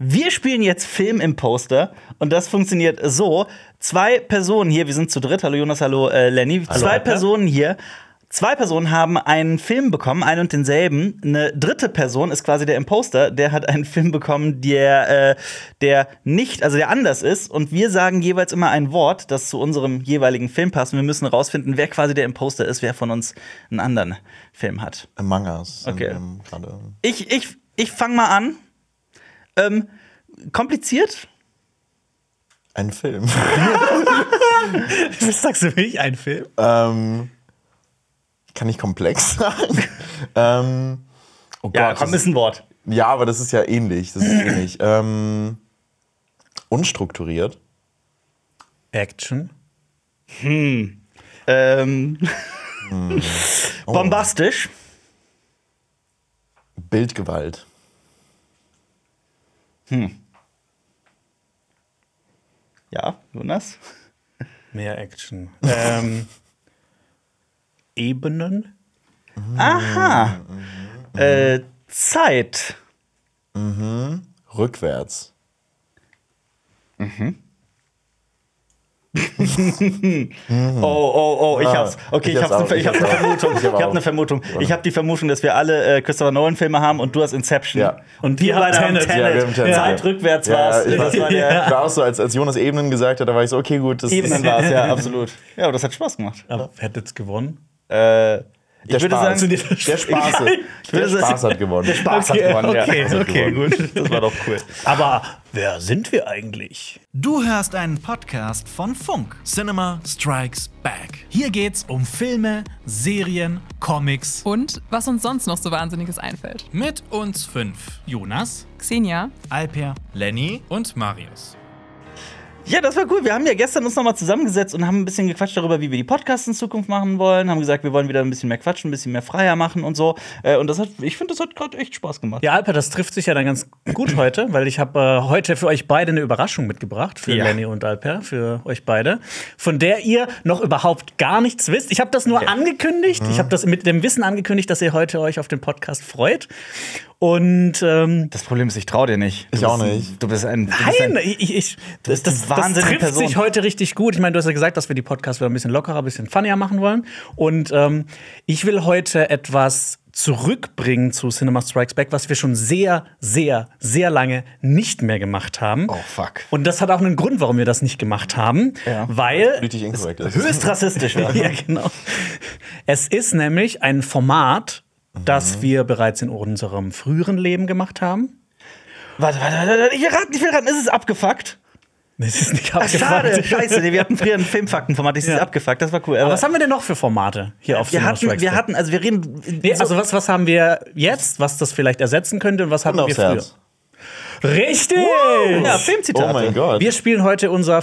Wir spielen jetzt Filmimposter und das funktioniert so. Zwei Personen hier, wir sind zu dritt, hallo Jonas, hallo äh, Lenny. Hallo, zwei Alter. Personen hier. Zwei Personen haben einen Film bekommen, einen und denselben. Eine dritte Person ist quasi der Imposter, der hat einen Film bekommen, der, äh, der nicht, also der anders ist. Und wir sagen jeweils immer ein Wort, das zu unserem jeweiligen Film passt. Und wir müssen rausfinden, wer quasi der Imposter ist, wer von uns einen anderen Film hat. Among Us. sind Okay. wir gerade. Ich, ich, ich fang mal an. Ähm, kompliziert? Ein Film. Was sagst du, will ich einen Film? ähm, kann ich komplex sagen? ähm, oh Gott, das ist, ein Wort. ja, aber das ist ja ähnlich. Das ist ähnlich. Ähm, unstrukturiert. Action. Ähm, Oh, Bombastisch. Bildgewalt. Ja, Jonas. Mehr Action. Ähm, Ebenen. Aha. Mhm. Äh, Zeit. Rückwärts. Oh, oh, oh, ich Ah, hab's. Okay, ich ich, hab's hab's eine, auch, Ver- ich ich hab eine hab's auch. Vermutung. Ich Ich hab hab auch. eine Vermutung. Ich hab die Vermutung, dass wir alle äh, Christopher Nolan-Filme haben und du hast Inception. Ja. Und wir Ja, beide haben Tenet. Tenet. Ja, wir haben Tenet, Zeit ja. rückwärts Ja, war's. ich war, Das war der war auch so, als, als Jonas Ebenen gesagt hat, da war ich so, okay, gut, das Ebenen ist war's, ja, absolut. Ja, aber das hat Spaß gemacht. Aber wer hat jetzt gewonnen? Äh, ich Der würde Spaß. sagen, der Spaß. ich Der würde sagen, Spaß hat gewonnen. Der Spaß Okay, hat gewonnen. ja. okay, Spaß hat okay, gewonnen. gut. Das war doch cool. Aber wer sind wir eigentlich? Du hörst einen Podcast von Funk. Cinema Strikes Back. Hier geht's um Filme, Serien, Comics. Und was uns sonst noch so Wahnsinniges einfällt. Mit uns fünf. Jonas, Xenia, Alper. Lenny und Marius. Ja, das war cool. Wir haben ja gestern uns nochmal zusammengesetzt und haben ein bisschen gequatscht darüber, wie wir die Podcasts in Zukunft machen wollen. Haben gesagt, wir wollen wieder ein bisschen mehr quatschen, ein bisschen mehr freier machen und so. Äh, Und das hat, ich finde, das hat gerade echt Spaß gemacht. Ja, Alper, das trifft sich ja dann ganz gut heute, weil ich habe äh, heute für euch beide eine Überraschung mitgebracht, für Ja. Lenny und Alper, für euch beide, von der ihr noch überhaupt gar nichts wisst. Ich habe das nur angekündigt, Mhm. ich habe das mit dem Wissen angekündigt, dass ihr heute euch auf den Podcast freut. Und ähm, Das Problem ist, ich traue dir nicht. Du Ich auch bist ein- nicht. Du bist ein. Du bist ein nein, ich, ich, ich, das, bist eine das, das wahnsinnige trifft Person. sich heute richtig gut. Ich meine, du hast ja gesagt, dass wir die Podcasts wieder ein bisschen lockerer, ein bisschen funnier machen wollen. Und ähm, ich will heute etwas zurückbringen zu Cinema Strikes Back, was wir schon sehr, sehr, sehr lange nicht mehr gemacht haben. oh fuck. Und das hat auch einen Grund, warum wir das nicht gemacht haben. Ja. Weil. Politisch inkorrekt ist. Höchst rassistisch. ja. Ja, genau. Es ist nämlich ein Format, Mhm. das wir bereits in unserem früheren Leben gemacht haben. Warte, warte, warte, warte. Ich will raten, ich will raten. Ist es abgefuckt? Es ist nicht Ach, schade. Scheiße, nee, wir hatten früher einen Filmfaktenformat. Ich ist Ja. abgefuckt. Das war cool. Was haben wir denn noch für Formate hier auf wir Cinema hatten, Strikes wir Back? hatten, also wir reden. Nee, also was, was haben wir jetzt, was das vielleicht ersetzen könnte und was hatten Hand wir aufs früher? Herz. Richtig! ja, Oh Filmzitate. mein Gott. Wir spielen heute unser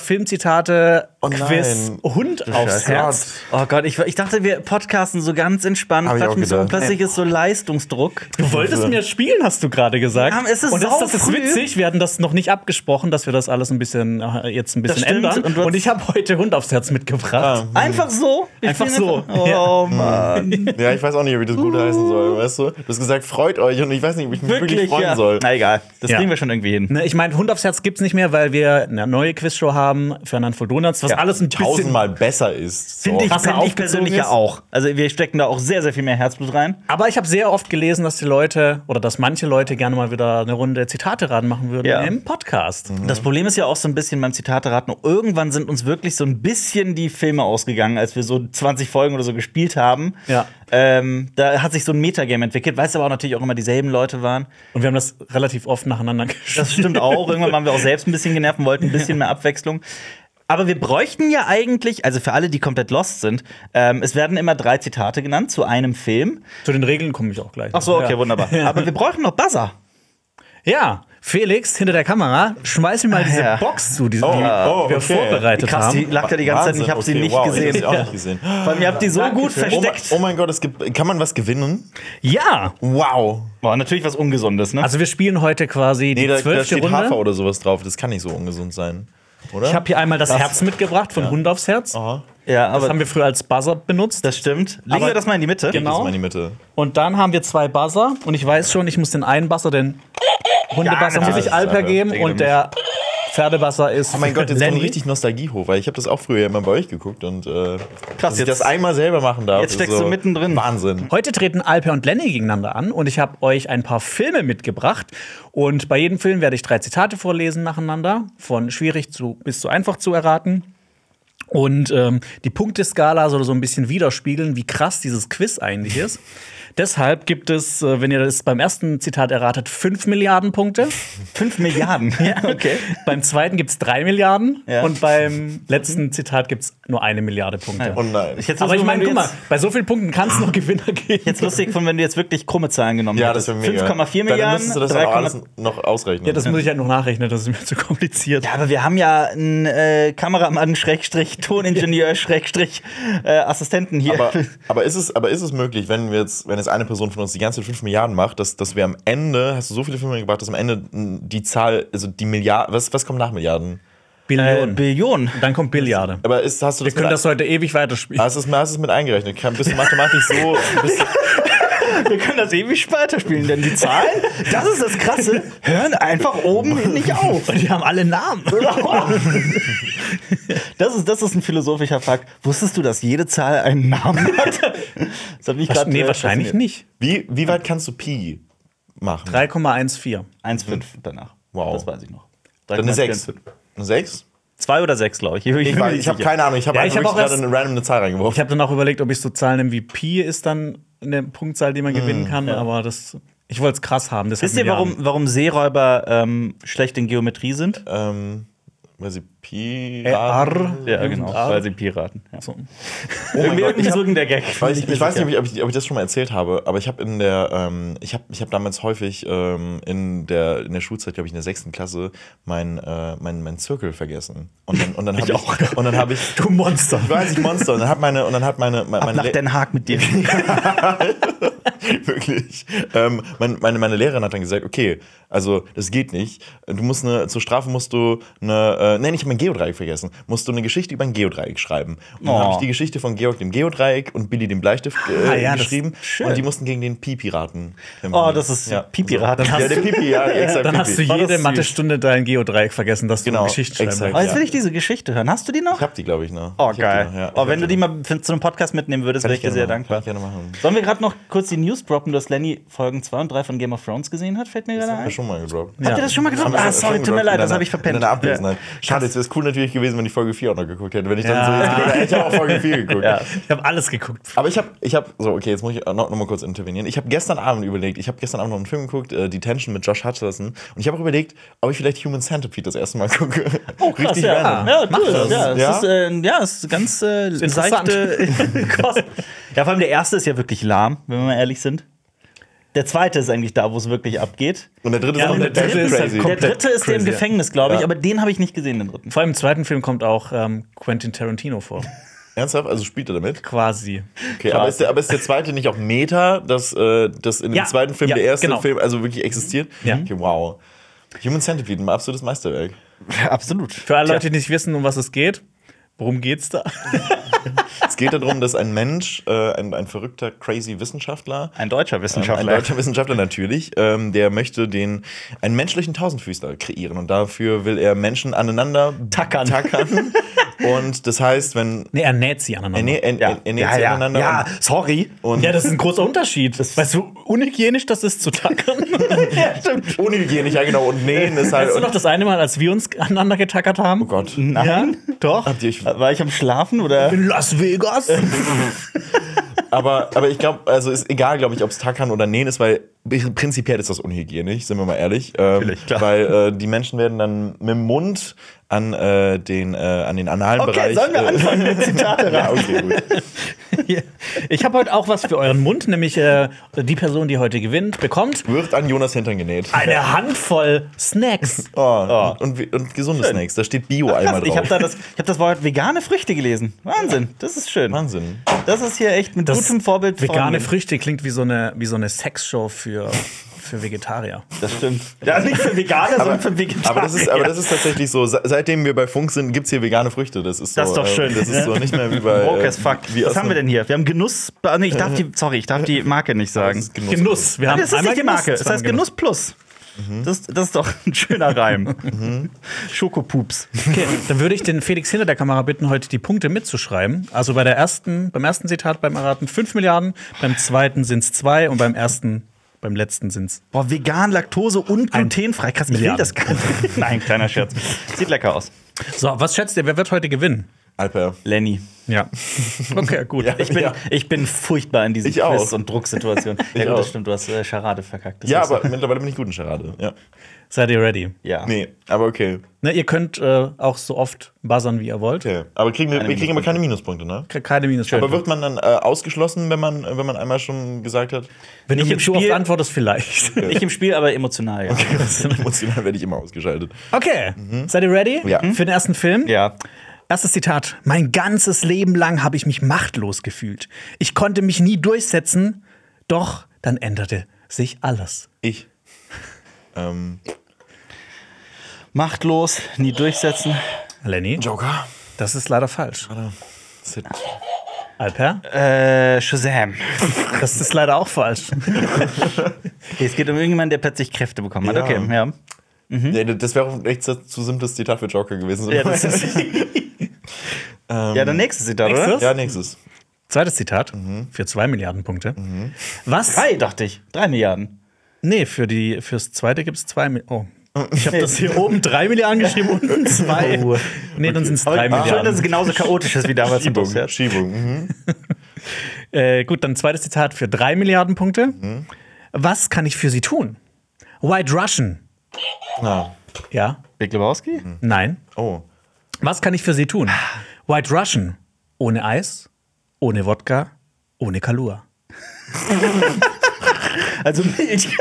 Filmzitate-Quiz nein. Hund aufs Scheiße. Herz. Oh Gott, ich, ich dachte, wir podcasten so ganz entspannt, Hab ich auch quatschen so und gedacht. plötzlich ist so Leistungsdruck. Du wolltest mir spielen, hast du gerade gesagt. Ja, es ist und das, das ist saufrüh. witzig. Wir hatten das noch nicht abgesprochen, dass wir das alles ein bisschen äh, jetzt ein bisschen stimmt. ändern. Und Und, du hast- Ah. ich habe heute Hund aufs Herz mitgebracht. Einfach so? Wir Einfach spielen so. Oh Ja. Mann. Ja, Hm. ich weiß auch nicht, wie das gut heißen soll, weißt du? Du hast gesagt, freut euch und ich weiß nicht, ob ich mich Mm. wirklich, Wirklich, freuen ja. soll. Na egal, das Ja. kriegen wir schon irgendwie hin. Ne, Ich meine, Hund aufs Herz gibt's nicht mehr, weil wir eine neue Quizshow haben, Fernand for Donuts, was alles ein bisschen Tausendmal besser ist. So. Finde ich, Wasser find ich persönlich aufgezogen ja ist. auch. Also wir stecken da auch sehr, sehr viel mehr Herzblut rein. Aber ich habe sehr oft gelesen, dass die Leute oder dass manche Leute gerne mal wieder eine Runde Zitate raten machen würden Ja. Mhm. im Podcast. Mhm. Das Problem ist ja auch so ein bisschen beim Zitate-Raten, irgendwann sind uns wirklich so ein bisschen die Filme ausgegangen, als wir so 20 Folgen oder so gespielt haben. Ja. Ähm, da hat sich so ein Metagame entwickelt, weil es aber auch natürlich auch immer dieselben Leute waren. Und wir haben das relativ oft nacheinander gespielt. Das stimmt auch. Irgendwann waren wir auch selbst ein bisschen genervt und wollten ein bisschen mehr Abwechslung. Aber wir bräuchten ja eigentlich, also für alle, die komplett lost sind, ähm, es werden immer drei Zitate genannt zu einem Film. Zu den Regeln komme ich auch gleich. Ach so, okay, ja. wunderbar. Aber wir brauchen noch Buzzer. Ja, Felix hinter der Kamera, schmeiß mir mal diese Ah, ja. Box zu, die, die oh, wir okay. vorbereitet Krass, die haben. lacht ja die ganze Zeit und ich habe sie Wahnsinn, nicht okay, wow, gesehen. Ich hab sie auch nicht gesehen. Weil mir habt die so gut Oh, mein- versteckt. oh mein Gott, es gibt, kann man was gewinnen? Ja, Wow. Boah, natürlich was Ungesundes, ne? also wir spielen heute quasi die Nee, da, da zwölfte steht Hafer Runde. oder sowas drauf. Das kann nicht so ungesund sein. Oder? Ich habe hier einmal das, Herz mitgebracht von Hund aufs Herz. Oh. ja, aber Das haben wir früher als Buzzer benutzt. das stimmt. Legen Aber- wir das mal in die Mitte. Genau. Das ist mal in die Mitte. Und dann haben wir zwei Buzzer. Und ich weiß schon, ich muss den einen Buzzer, den Hundebasser Ja, muss das ich ist Alper einfach- geben der geht um und der Pferdebasser ist. Oh mein Gott, jetzt kommt Lenny. richtig Nostalgie hoch, weil ich habe das auch früher immer bei euch geguckt und äh, dass ich jetzt- das einmal selber machen darf. jetzt ist steckst du mittendrin. Wahnsinn. Heute treten Alper und Lenny gegeneinander an und ich habe euch ein paar Filme mitgebracht. Und bei jedem Film werde ich drei Zitate vorlesen nacheinander, von schwierig zu, bis zu einfach zu erraten. Und ähm, die Punkteskala soll so ein bisschen widerspiegeln, wie krass dieses Quiz eigentlich ist. Deshalb gibt es, äh, wenn ihr das beim ersten Zitat erratet, 5 Milliarden Punkte. 5 Milliarden. ja. Okay. beim zweiten gibt es 3 Milliarden. Ja. Und beim letzten Zitat gibt es nur eine Milliarde Punkte. Oh nein. Ich hätte Aber ich meine, guck mal, jetzt, bei so vielen Punkten kann es noch Gewinner geben. jetzt lustig, von wenn du jetzt wirklich krumme Zahlen genommen ja, das hättest. wäre mega. 5,4 Dann Milliarden. müsstest du das auch 3,3 alles noch ausrechnen. Ja, das muss ich halt noch nachrechnen, das ist mir zu kompliziert. Ja, aber wir haben ja einen äh, Kameramann, Schrägstrich, Toningenieur, Schrägstrich, äh, Assistenten hier. aber, aber, ist es, aber ist es möglich, wenn wir jetzt, wenn jetzt eine Person von uns die ganze 5 Milliarden macht, dass, dass wir am Ende, hast du so viele Filme gebracht, dass am Ende mh, die Zahl, also die Milliarden, was, was kommt nach Milliarden? äh, Billionen. Billionen. dann kommt Billiarde. Aber ist, hast du das, Wir können mit, das heute ewig weiterspielen. hast du es, hast du es mit eingerechnet? Kann- Bist du mathematisch so. Bist, Wir können das ewig weiterspielen, denn die Zahlen, das ist das Krasse, hören einfach oben hin nicht auf. Die haben alle Namen. Das ist, das ist ein philosophischer Fakt. Wusstest du, dass jede Zahl einen Namen hat? Das hat mich grad, nee, äh, wahrscheinlich nicht. wie, wie weit kannst du Pi machen? 3,14. 1,5 danach. Wow. Das weiß ich noch. Dann eine 6. 3,14. Eine 6? Zwei oder sechs, glaube ich. Ich, bin mir weiß- nicht ich habe sicher. keine Ahnung, ich habe Ja, ja, ich hab auch gerade erst- eine random eine Zahl Ich reingeworfen. habe dann auch überlegt, ob ich so Zahlen nehme wie Pi ist dann eine Punktzahl, die man gewinnen kann, aber das. Ich wollte es krass haben. Hm, deshalb Wisst ihr, Milliarden. warum, warum Seeräuber ähm, schlecht in Geometrie sind? Ähm, weil sie Pi. Äh, Ar, Ja, genau. Ar. Weil sie Piraten. Ja. Oh mein Gott, ich hab- der Gag. Ich weiß, ich weiß nicht, ob ich, ob, ich, ob ich das schon mal erzählt habe, aber ich habe in der, ähm, ich habe ich hab damals häufig ähm, in, der, in der Schulzeit, glaube ich, in der sechsten Klasse, meinen äh, mein, mein Zirkel vergessen. Und dann, und dann habe ich, und dann habe ich, Du Monster. ich weiß nicht, Monster, und dann hat meine, und dann hat meine, meine, Ab nach meine Den Haag mit dir. wirklich. Ähm, mein, meine, meine Lehrerin hat dann gesagt, okay, also das geht nicht. Du musst eine, zur Strafe musst du eine, äh, nein, ich habe mein Geodreieck vergessen, musst du eine Geschichte über ein Geodreieck schreiben. Und dann Oh. habe ich die Geschichte von Georg dem Geodreieck und Billy dem Bleistift äh, Ah, ja, das- geschrieben. schön. Und die mussten gegen den Pi-Piraten kämpfen. Oh, das ist ja. Pi-Piraten. Ja, der Pipi, ja, exakt. Dann hast du Pipi. jede süß. Mathestunde dein Geodreieck vergessen, dass Genau, du Geschichte schreiben exakt. Oh, musst. jetzt will ich diese Geschichte hören. Hast du die noch? Ich hab die, glaube ich, noch. Oh, Ich hab geil. Die, noch, ja. oh, wenn du die mal für, zu einem Podcast mitnehmen würdest, Kann wäre ich ich dir gerne sehr machen. Kann dankbar. ich gerne machen. Sollen wir gerade noch kurz die News droppen, dass Lenny Folgen 2 und 3 von Game of Thrones gesehen hat? Fällt mir gerade Das haben ein. wir schon mal gedroppt. Habt ihr das schon mal gedroppt? Haben wir schon- Ah, sorry, schon tut mir gedroppt in leid, das deiner- habe ich verpennt. In deiner Abwesenheit. Ja. Schade, es wäre cool natürlich gewesen, wenn ich Folge 4 auch noch geguckt hätte. Wenn ich dann Ja. so jetzt geguckt hätte, ich habe auch Folge 4 geguckt. Ja. Ich habe alles geguckt. Aber ich habe, ich hab, so, okay, jetzt muss ich noch, noch mal kurz intervenieren. Ich habe gestern Abend überlegt, ich habe gestern Abend noch einen Film geguckt, äh, Detention mit Josh Hutcherson. Und ich habe auch überlegt, ob ich vielleicht Human Centipede das erste Mal gucke. Oh, Krass, ja. Ja, cool. das. Ja, es Ja? Ist, äh, ja, es ist ganz äh, interessant. seichte Kost. Ja, vor allem der erste ist ja wirklich lahm, wenn wir mal ehrlich sind. Der zweite ist eigentlich da, wo es wirklich abgeht. Und der dritte Ja, ist auch und der komplett dritte ist halt crazy. Der komplett dritte ist der im crazy, ja. Gefängnis, glaube ich, Ja. aber den habe ich nicht gesehen, den dritten. Vor allem im zweiten Film kommt auch ähm, Quentin Tarantino vor. Ernsthaft? Also spielt er damit? Quasi. Okay, aber ist, der, aber ist der zweite nicht auch Meta, dass, äh, dass in dem Ja, zweiten Film ja, der erste genau. Film also wirklich existiert? Ja. Okay, wow. Human Centipede, ein absolutes Meisterwerk. Absolut. Für alle Leute, die nicht wissen, um was es geht, worum geht's da? Es geht darum, dass ein Mensch, äh, ein, ein verrückter, crazy Wissenschaftler, ähm, äh, Ein deutscher ein Wissenschaftler. deutscher Wissenschaftler natürlich, ähm, der möchte den, einen menschlichen Tausendfüßler kreieren und dafür will er Menschen aneinander Tackern. tackern. und das heißt, wenn. Nee, er näht sie aneinander. Er, nä- er, ja. er, er näht ja, sie ja, aneinander ja, und- sorry. und Ja, das ist ein großer Unterschied. weißt du, unhygienisch das ist zu tackern. unhygienisch, ja genau, und nähen ist halt. weißt du noch das eine Mal, als wir uns aneinander getackert haben? oh Gott. Nein. Doch. Habt ihr euch War ich am Schlafen oder? In Las Vegas? Aber, aber ich glaube, also ist egal, glaube ich, ob es Tackern oder Nähen ist, weil prinzipiell ist das unhygienisch, sind wir mal ehrlich. Ähm, Natürlich, klar. Weil äh, die Menschen werden dann mit dem Mund an äh, den, äh, an den analen Bereich. äh, mit Zitate Ja, okay, gut. ich habe heute auch was für euren Mund, nämlich äh, die Person, die heute gewinnt, bekommt Wird an Jonas Hintern genäht. eine Handvoll Snacks. Oh, Und, und, und gesunde Snacks. Da steht Bio einmal drauf. Ich habe da das, ich hab das Wort vegane Früchte gelesen. Wahnsinn, das ist schön. Wahnsinn. Das ist hier echt mit gutem Vorbild. Vegane vorangegangen. Früchte klingt wie so eine, wie so eine Sexshow für, für Vegetarier. Das stimmt. Ja, nicht für Veganer, sondern für Vegetarier. Aber das, ist, aber das ist tatsächlich so, se- seitdem wir bei Funk sind, gibt es hier vegane Früchte. Das ist, so, Das ist doch äh, schön, Das ist ne? so nicht mehr wie bei. äh, Woke as fuck. Wie Äh, Was haben wir denn hier? Wir haben Genuss. ah, Nee, ich darf die, sorry, ich darf die Marke nicht sagen. Genuss. Genuss. Wir haben Das ist nicht die Marke, Genuss, das heißt zweimal Genuss Plus. Mhm. Das, das ist doch ein schöner Reim. Schokopups. Okay, dann würde ich den Felix hinter der Kamera bitten, heute die Punkte mitzuschreiben. Also bei der ersten, beim ersten Zitat beim Erraten 5 Milliarden, beim zweiten sind es 2 und beim ersten, beim letzten sind es. Boah, vegan, Laktose und glutenfrei. Krass, ich will Milliarden. das gar nicht. Nein, kleiner Scherz. Sieht lecker aus. So, was schätzt ihr, wer wird heute gewinnen? Alper. Lenny. Ja. Okay, gut. Ich bin, Ja. ich bin furchtbar in diesen Ich auch. Quiz- und Drucksituationen. Ich ja, gut, das auch. stimmt, du hast äh, Charade verkackt. Das Ja, ist- aber mittlerweile bin ich gut in Charade. Ja. Seid ihr ready? ja. Nee, aber okay. Ne, ihr könnt äh, auch so oft buzzern, wie ihr wollt. okay. Aber kriegen wir, wir kriegen aber keine Minuspunkte, ne? Ke- Keine Minus. Aber wird man dann äh, ausgeschlossen, wenn man, äh, wenn man einmal schon gesagt hat? Wenn du nicht mir im zu oft Spiel- antwortest, vielleicht. Nicht im Spiel, aber emotional, ja. Emotional werde ich immer ausgeschaltet. Okay, seid ihr ready Ja. für den ersten Film? Mhm. Ja. Erstes Zitat. Mein ganzes Leben lang habe ich mich machtlos gefühlt. Ich konnte mich nie durchsetzen, doch dann änderte sich alles. Ich. Ähm, Machtlos, nie durchsetzen. Lenny, Joker. das ist leider falsch. Sid. Alper, Äh, Shazam. das ist leider auch falsch. Okay, es geht um irgendjemanden, der plötzlich Kräfte bekommen hat. Ja. Okay, ja. Ja, das wäre auch ein echt zu simples Zitat für Joker gewesen. Mhm. Ja, das ist, ja dann nächstes Zitat, oder? Ähm, Nächstes? ja nächstes. Zweites Zitat für zwei Milliarden Punkte. Was? Mhm. Drei, dachte ich. Drei Milliarden. Nee, für die, fürs zweite gibt es zwei Milliarden. Oh. Ich habe das hier oben drei Milliarden geschrieben, unten zwei. Oh. Nee, dann sind es Aber drei schön, dass es Milliarden. genauso chaotisch ist wie damals im Schiebung. Buchsherz. Schiebung. Mhm. Äh, gut, dann zweites Zitat für drei Milliarden Punkte. Was kann ich für Sie tun? White Russian. Na. Ja, Big Lebowski? nein. Oh. Was kann ich für Sie tun? White Russian. Ohne Eis, ohne Wodka, ohne Kalua. Also Milch.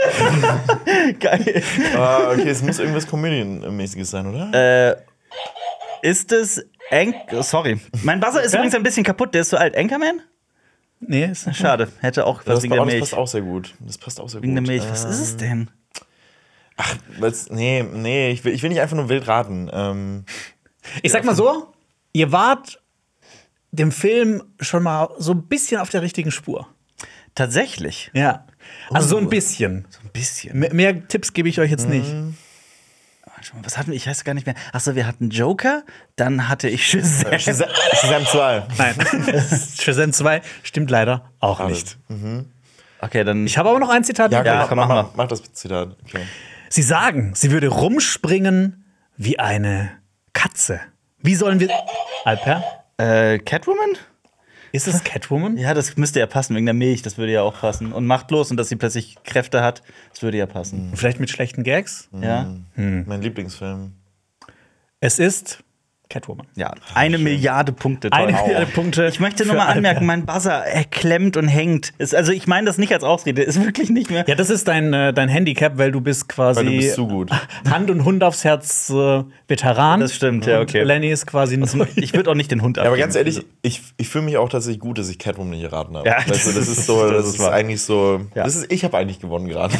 Geil. Ah, okay, es muss irgendwas Comedian-mäßiges sein, oder? Äh, Ist es Ank Sorry. Mein Buzzer ist übrigens ein bisschen kaputt. Der ist so alt. Anchorman? Nee, ist nicht. Schade. Hätte auch was das, wegen der pa- das Milch. passt auch sehr gut. Das passt auch sehr Wegen gut. der Milch. Was ist Ähm. es denn? Äh, weil's- nee, nee, ich will, ich will nicht einfach nur wild raten. Ähm, Ich sag mal so, ihr wart dem Film schon mal so ein bisschen auf der richtigen Spur. Tatsächlich. Ja. Also so ein bisschen. Ein bisschen. M- Mehr Tipps gebe ich euch jetzt nicht. Warte mal, Was hatten wir? Ich weiß gar nicht mehr. Achso, wir hatten Joker, dann hatte ich Äh, Shazam. Shazam Shazam 2. Nein. Shazam 2 stimmt leider auch nicht. Okay, dann. Ich habe aber noch ein Zitat. Ja, genau. Ja, ja komm, mach, mach mach, mal. mach das Zitat. Okay. Sie sagen, sie würde rumspringen wie eine Katze. Wie sollen wir. Alper? Äh, Catwoman? Ist es Catwoman? Ja, das müsste ja passen wegen der Milch. Das würde ja auch passen. Und macht los und dass sie plötzlich Kräfte hat. Das würde ja passen. Vielleicht mit schlechten Gags? Ja. Mein Lieblingsfilm. Es ist Catwoman. Ja. Eine Milliarde Punkte. Toll. Eine Milliarde Punkte. Ich möchte nur für mal Alper. anmerken, mein Buzzer er klemmt und hängt. Ist, also ich meine das nicht als Ausrede, ist wirklich nicht mehr. Ja, das ist dein, äh, dein Handicap, weil du bist quasi Weil du bist zu gut. Hand und Hund aufs Herz äh, Veteran. Das stimmt, ja, Und okay. Lenny ist quasi neu. Ich würde auch nicht den Hund abgeben. Aber ganz ehrlich, ich, ich fühle mich auch tatsächlich gut, dass ich Catwoman nicht geraten habe. Ja, weißt du, das das ist- ist so, das das, ist ist wahr. eigentlich so. Ja. Das ist, ich habe eigentlich gewonnen gerade.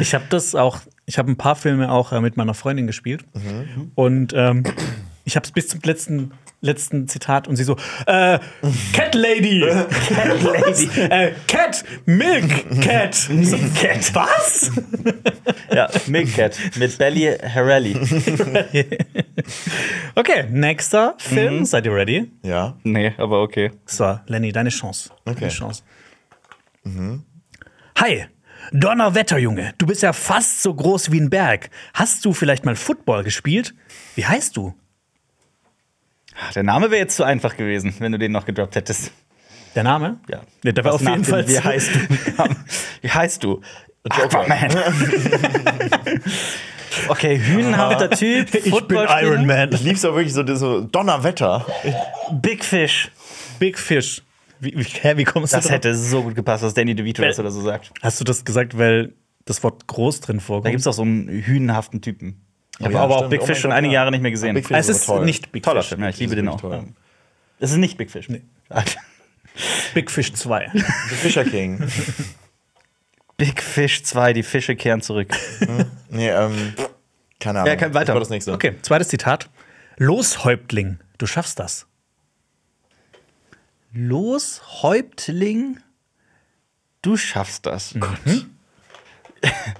Ich habe das auch, ich habe ein paar Filme auch äh, mit meiner Freundin gespielt. Und ähm, ich habe es bis zum letzten, letzten Zitat und sie so, äh, Cat Lady! Cat Lady! äh, Cat! Milk! Cat! Ich so, Cat! Was? Ja, Milkcat mit Belly Harelli. Okay, nächster Film. Seid ihr ready? ja. Nee, aber okay. So, Lenny, deine Chance. Deine Okay. Chance. Hi! Donnerwetter, Junge, du bist ja fast so groß wie ein Berg. Hast du vielleicht mal Football gespielt? Wie heißt du? Der Name wäre jetzt zu einfach gewesen, wenn du den noch gedroppt hättest. Der Name? Ja. Nee, der war Was auf nach jeden dem Fall. Wie zu- heißt du? Wie heißt du? Aquaman. okay, hühnenhafter Typ. Ich bin Iron Man. Ich lieb's auch wirklich so, so Donnerwetter. Big Fish. Big Fish. Wie, wie, hä, wie kommst du Das drauf? hätte so gut gepasst, dass Danny DeVito das oder so sagt. Hast du das gesagt, weil das Wort groß drin vorkommt? Da gibt es auch so einen hühnenhaften Typen. Ich habe ja, aber auch stimmt. Big Oh Fish mein schon Gott, einige ja. Jahre nicht mehr gesehen. Big Fish es ist ist aber toll. nicht Big Toller Fish. Film, ja, ich liebe ist den auch. wirklich toll. Es ist nicht Big Fish. Big Fish 2. Fisher King. Big Fish 2, die Fische kehren zurück. Nee, ähm, keine Ahnung. Ja, kann- weiter. Das war das nächste. Okay, zweites Zitat. Los, Häuptling, du schaffst das. Los, Häuptling, du schaffst das.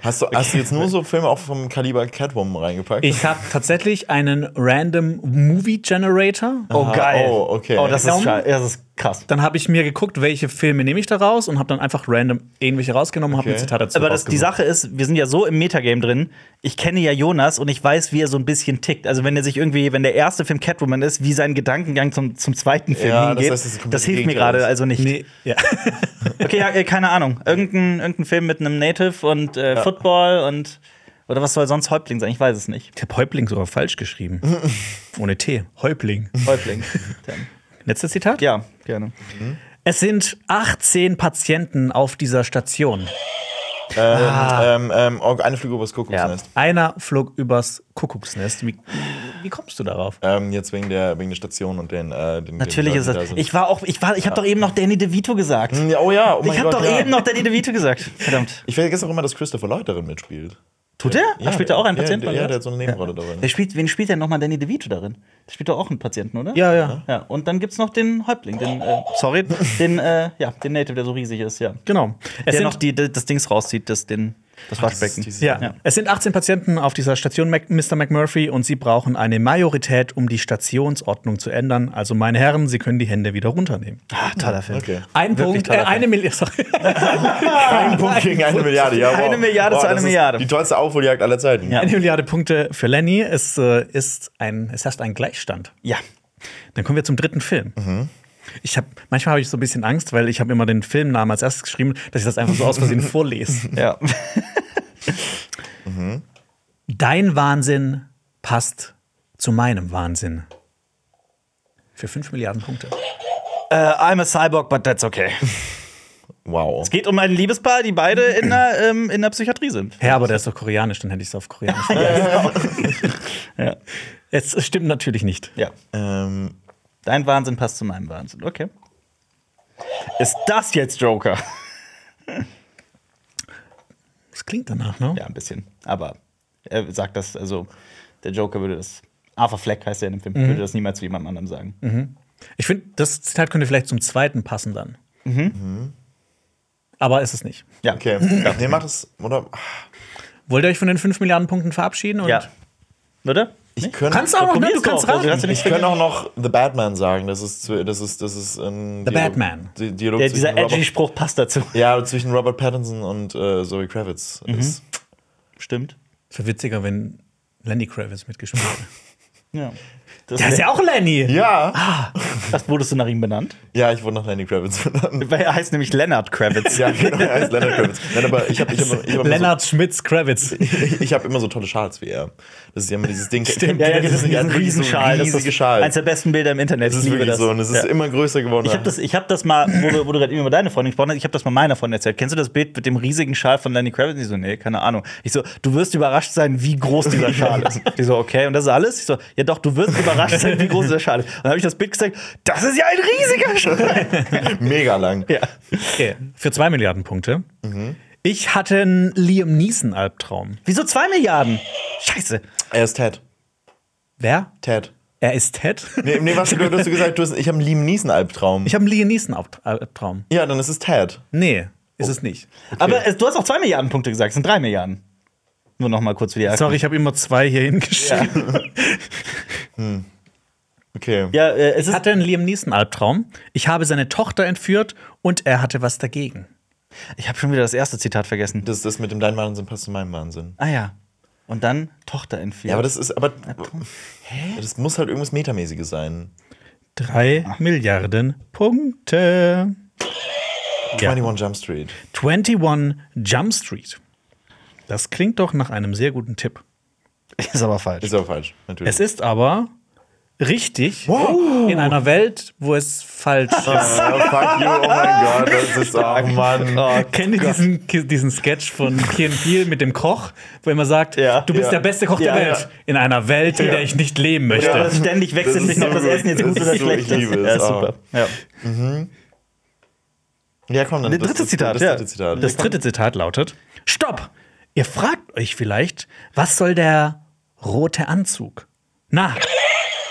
Hast du, hast du jetzt nur so Filme auch vom Kaliber Catwoman reingepackt? Ich habe tatsächlich einen Random Movie Generator. Oh, geil. oh, okay. Oh, das ist, Daumen? scha- ja, das ist krass. Dann habe ich mir geguckt, welche Filme nehme ich da raus und habe dann einfach random irgendwelche rausgenommen und habe ein Okay. Zitat dazu Aber das, die rausgesucht. Sache ist, wir sind ja so im Metagame drin. Ich kenne ja Jonas und ich weiß, wie er so ein bisschen tickt. Also, wenn er sich irgendwie, wenn der erste Film Catwoman ist, wie sein Gedankengang zum, zum zweiten Film Ja, das hingeht, das, heißt, es ist komplett hilft mir gegenteil. gerade also nicht. Nee, ja. Okay, ja, äh, keine Ahnung. Irgendein, irgendein Film mit einem Native und äh, Football und. Oder was soll sonst Häuptling sein? Ich weiß es nicht. Ich habe Häuptling sogar falsch geschrieben. Ohne T. Häuptling. Häuptling. Letztes Zitat? ja, gerne. Es sind 18 Patienten auf dieser Station. Ah. ähm, ähm, oh, eine Flüge übers Kuckucksnest. Einer flog übers Kuckucksnest. Wie, wie kommst du darauf? Ähm, jetzt wegen der, wegen der Station und den. Äh, den Natürlich den ist Leuten, das. die da Ich war auch, ich war, ich habe doch eben noch Danny DeVito gesagt. sind. Ja, oh ja, oh mein Ich habe Gott, doch ja. eben noch Danny DeVito gesagt. Verdammt. Ich vergesse auch immer, dass Christopher Lloyd darin mitspielt. Tut er? Ja, Ja, spielt er auch einen ja, Patienten? Ja, oder der, was? hat so eine Nebenrolle dabei. Wer spielt, wen spielt denn nochmal Danny DeVito darin? Der spielt doch auch einen Patienten, oder? Ja, ja. Ja, und dann gibt's noch den Häuptling, den, äh, sorry, den, äh, ja, den Native, der so riesig ist, ja. Genau. Es Der sind, noch die, die- das Dings rauszieht, das, den, das Waschbecken. ja. ja. es sind 18 Patienten auf dieser Station, Mac, Mr. McMurphy, und sie brauchen eine Majorität, um die Stationsordnung zu ändern. Also, meine Herren, Sie können die Hände wieder runternehmen. Ah, toller Film. Okay. Ein Punkt, äh, toller Film. eine Milliarde. Sorry. Ein Punkt gegen eine Milliarde, ja. Eine wow. Milliarde zu das einer ist Milliarde. Die tollste Aufholjagd aller Zeiten. Ja. Eine Milliarde Punkte für Lenny. Es äh, ist ein, es herrscht ein Gleichstand. Ja. Dann kommen wir zum dritten Film. Ich habe manchmal habe ich so ein bisschen Angst, weil ich habe immer den Filmnamen als erstes geschrieben, dass ich das einfach so aus Versehen vorlese. Ja. Dein Wahnsinn passt zu meinem Wahnsinn. Für 5 Milliarden Punkte. Äh, I'm a Cyborg, but that's okay. Wow. Geht um ein Liebespaar, die beide in der, ähm, in der Psychiatrie sind. Ja, aber der ist doch koreanisch, dann hätte ich es auf koreanisch. Ja. Es stimmt natürlich nicht. ja. Ähm, Dein Wahnsinn passt zu meinem Wahnsinn. Okay. Ist das jetzt Joker? Das klingt danach, ne? Ja, ein bisschen. Aber er sagt das, also der Joker würde das. Arthur Fleck heißt er in dem Film, würde das niemals zu jemandem anderem sagen. Ich finde, das Zitat könnte vielleicht zum zweiten passen dann. Mhm. Mhm. Aber ist es nicht. Ja. okay. Nee, macht das. Oder. Wollt ihr euch von den 5 Milliarden Punkten verabschieden? Und Ja. Oder? Ich könnte. Kannst auch noch, ne? Probier's Du kannst doch, also raten. kannst du nicht Ich könnte auch noch The Batman sagen. Das ist, zu- das ist, das ist ein The Dialog- Batman. Di- Dialog Der, zwischen dieser edgy Robert, Spruch passt dazu. ja, zwischen Robert Pattinson und äh, Zoe Kravitz. Ist, Stimmt. Es wäre witziger, wenn Lenny Kravitz mitgespielt hätte. Ja. Der ist ja auch Lenny. ja. das wurdest du nach ihm benannt? Ja, ich wurde nach Lenny Kravitz benannt. Weil er heißt nämlich Leonard Kravitz. Ja, genau, er heißt Leonard Kravitz. Nein, aber ich habe ich hab, ich hab immer, Lennart Schmitz Kravitz. so, ich hab immer so tolle Schals wie er. Das ist ja immer dieses Ding. Stimmt, ja, ja, das ist ein Riesenschal. Das Riesige ist Schal. eines der besten Bilder im Internet. das ist Ich liebe wirklich so. Und es ist Ja. immer größer geworden. Ich habe das, ich hab das mal, wo du, wo du gerade eben über deine Freundin gesprochen hast, ich habe das mal meiner Freundin erzählt. Kennst du das Bild mit dem riesigen Schal von Lenny Kravitz? Und die so, nee, keine Ahnung. Ich so, du wirst überrascht sein, wie groß dieser Schal ist. Die so, okay, und das ist alles? Ich so, ja doch, du wirst überrascht sein, wie groß dieser Schal ist. Und dann habe ich das Bild gezeigt, das ist ja ein riesiger Schal. mega lang. ja. Okay. Für 2 Milliarden Punkte. Mhm. Ich hatte einen Liam Neeson-Albtraum. Wieso zwei Milliarden? Scheiße. Er ist Ted. Wer? Ted. Er ist Ted. Nee, nee was du, hast du gesagt? Du hast, ich habe einen Liam Neeson-Albtraum. Ich habe einen Liam Neeson-Albtraum. Ja, dann ist es Ted. Nee, Oh. ist es nicht. Aber es, du hast auch zwei Milliarden Punkte gesagt, es sind drei Milliarden. Nur noch mal kurz für die Sorry, ich habe immer zwei hier hingeschrieben. Okay. Ja, äh, es Ich ist, hatte einen Liam Neeson-Albtraum. Ich habe seine Tochter entführt und er hatte was dagegen. ich habe schon wieder das erste Zitat vergessen. Das, das mit dem Dein Wahnsinn passt zu meinem Wahnsinn. Ah ja. Und dann Tochter entfiel. Ja, aber das ist, aber. Das muss halt irgendwas Metamäßiges sein. Drei Milliarden Punkte. Ja. 21 Jump Street. 21 Jump Street. Das klingt doch nach einem sehr guten Tipp. ist aber falsch. Ist aber falsch, natürlich. Es ist aber richtig in einer Welt, wo es falsch ist. Ah, fuck you, oh mein Gott, das ist, oh Mann. Kennt ihr diesen, diesen Sketch von Key Peel mit dem Koch, wo er immer sagt, Ja. du bist Ja. der beste Koch Ja, der Welt ja. in einer Welt, in der ich nicht leben möchte. Ja, ständig wechselt Das sich ist noch so das gut. Essen jetzt Das gut ist oder so, schlecht ich ist. liebe es. Ja, ist Ah. super. Ja. Ja, komm, dann. Das das- dritte das- Zitat, Das ja. dritte Zitat. Das dritte Zitat lautet: Stopp! Ihr fragt euch vielleicht, was soll der rote Anzug? Na,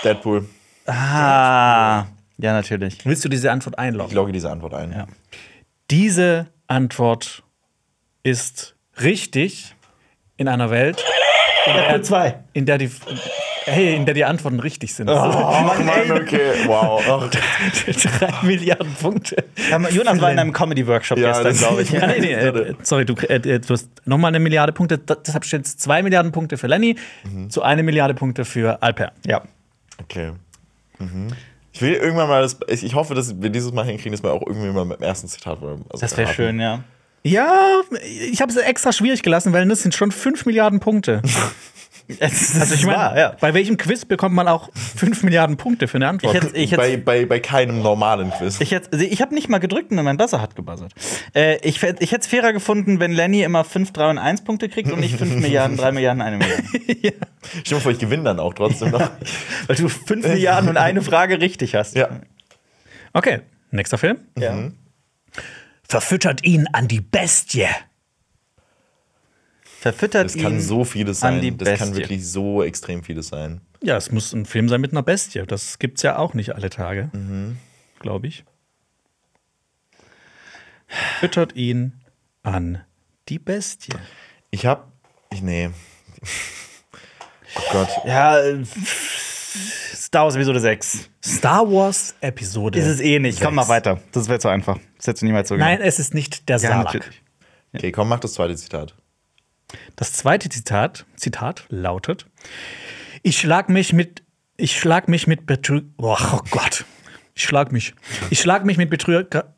Deadpool. Ah, ja, natürlich. willst du diese Antwort Ich einloggen? logge diese Antwort ein. Diese Antwort ist richtig in einer Welt, Deadpool 2. in der die, hey, in der die Antworten richtig sind. Oh, Oh, Mann, okay. Wow. Ach, Drei Milliarden Punkte. Ähm, Jonas war in einem Comedy-Workshop Ja, gestern, das- glaube ich. Ah, nee, nee, äh, sorry, du, äh, äh, du hast nochmal eine Milliarde Punkte. Da- Deshalb steht jetzt zwei Milliarden Punkte für Lenny, zu eine Milliarde Punkte für Alper. Ja. okay. Mhm. Ich will irgendwann mal das. Ich, ich hoffe, dass wir dieses Mal hinkriegen, dass wir auch irgendwie mal mit dem ersten Zitat wollen. Also Das wäre raten. schön, ja. Ja, ich habe es extra schwierig gelassen, weil das sind schon fünf Milliarden Punkte. also Ich meine, ja. bei welchem Quiz bekommt man auch fünf Milliarden Punkte für eine Antwort? Ich hätte ich hätt's- bei, bei, bei keinem normalen Quiz. Ich, hätt's- ich habe nicht mal gedrückt und mein Buzzer hat gebuzzert. Äh, ich fänd- ich hätte es fairer gefunden, wenn Lenny immer 5, 3 und 1 Punkte kriegt und nicht 5 Milliarden, 3 Milliarden, 1 Milliarde. Ich hoffe, ich gewinne dann auch trotzdem noch. Weil du 5 Milliarden und eine Frage richtig hast. Ja. Mhm. okay, nächster Film. Ja. Verfüttert ihn an die Bestie. Verfüttert Das kann ihn so vieles an die sein. Das kann Bestie. wirklich so extrem vieles sein. Ja, es muss ein Film sein mit einer Bestie. Das gibt's ja auch nicht alle Tage, Mhm. glaube ich. Füttert ihn an die Bestie. Ich hab. Ich, nee. Oh Gott. Ja, äh, Star Wars Episode 6. Star Wars Episode. Ist es eh nicht. Komm mal sechs. weiter. Das wäre zu einfach. Das hättest du niemals so Nein, gemacht. es ist nicht der ja, Salak. natürlich. Okay, komm, mach das zweite Zitat. Das zweite Zitat, Zitat lautet: Ich schlag mich mit ich schlag mich mit Betrü oh, oh Gott. Ich schlag mich. Ich schlag mich mit Betrüger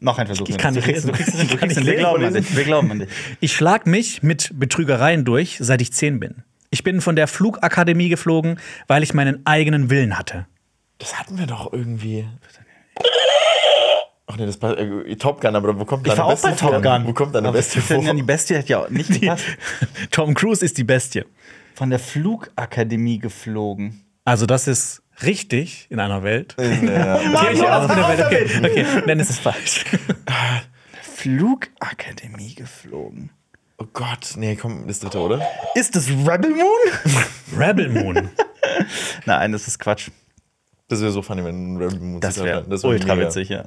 Noch ein Versuch. ne? Ich kann du nicht kriegst, du lesen. kriegst, es hin, du Ich kann kriegst es hin. nicht wir glauben an lesen. dich. Wir glauben an dich. Ich schlag mich mit Betrügereien durch, seit ich 10 bin. Ich bin von der Flugakademie geflogen, weil ich meinen eigenen Willen hatte. Das hatten wir doch irgendwie. Ach nee, das war äh, Top Gun, aber wo kommt Ich deine war auch Bestie bei Top vor? Gun. Wo kommt deine Aber Bestie verfüttert vor? ihn an Die Bestie hat ja auch nicht gepasst. Tom Cruise ist die Bestie. Von der Flugakademie geflogen. Also, das ist richtig in einer Welt. Ja. Okay, ich also auch in der Welt. Okay, okay. dann ist es falsch. Flugakademie geflogen. Oh Gott, nee, komm, das dritte, oder? Ist das Rebel Moon? Rebel Moon. Nein, das ist Quatsch. Das wäre so funny, wenn ein Rebel Moon Das Zitat wäre hatten. Das wär ultra mega. witzig, ja.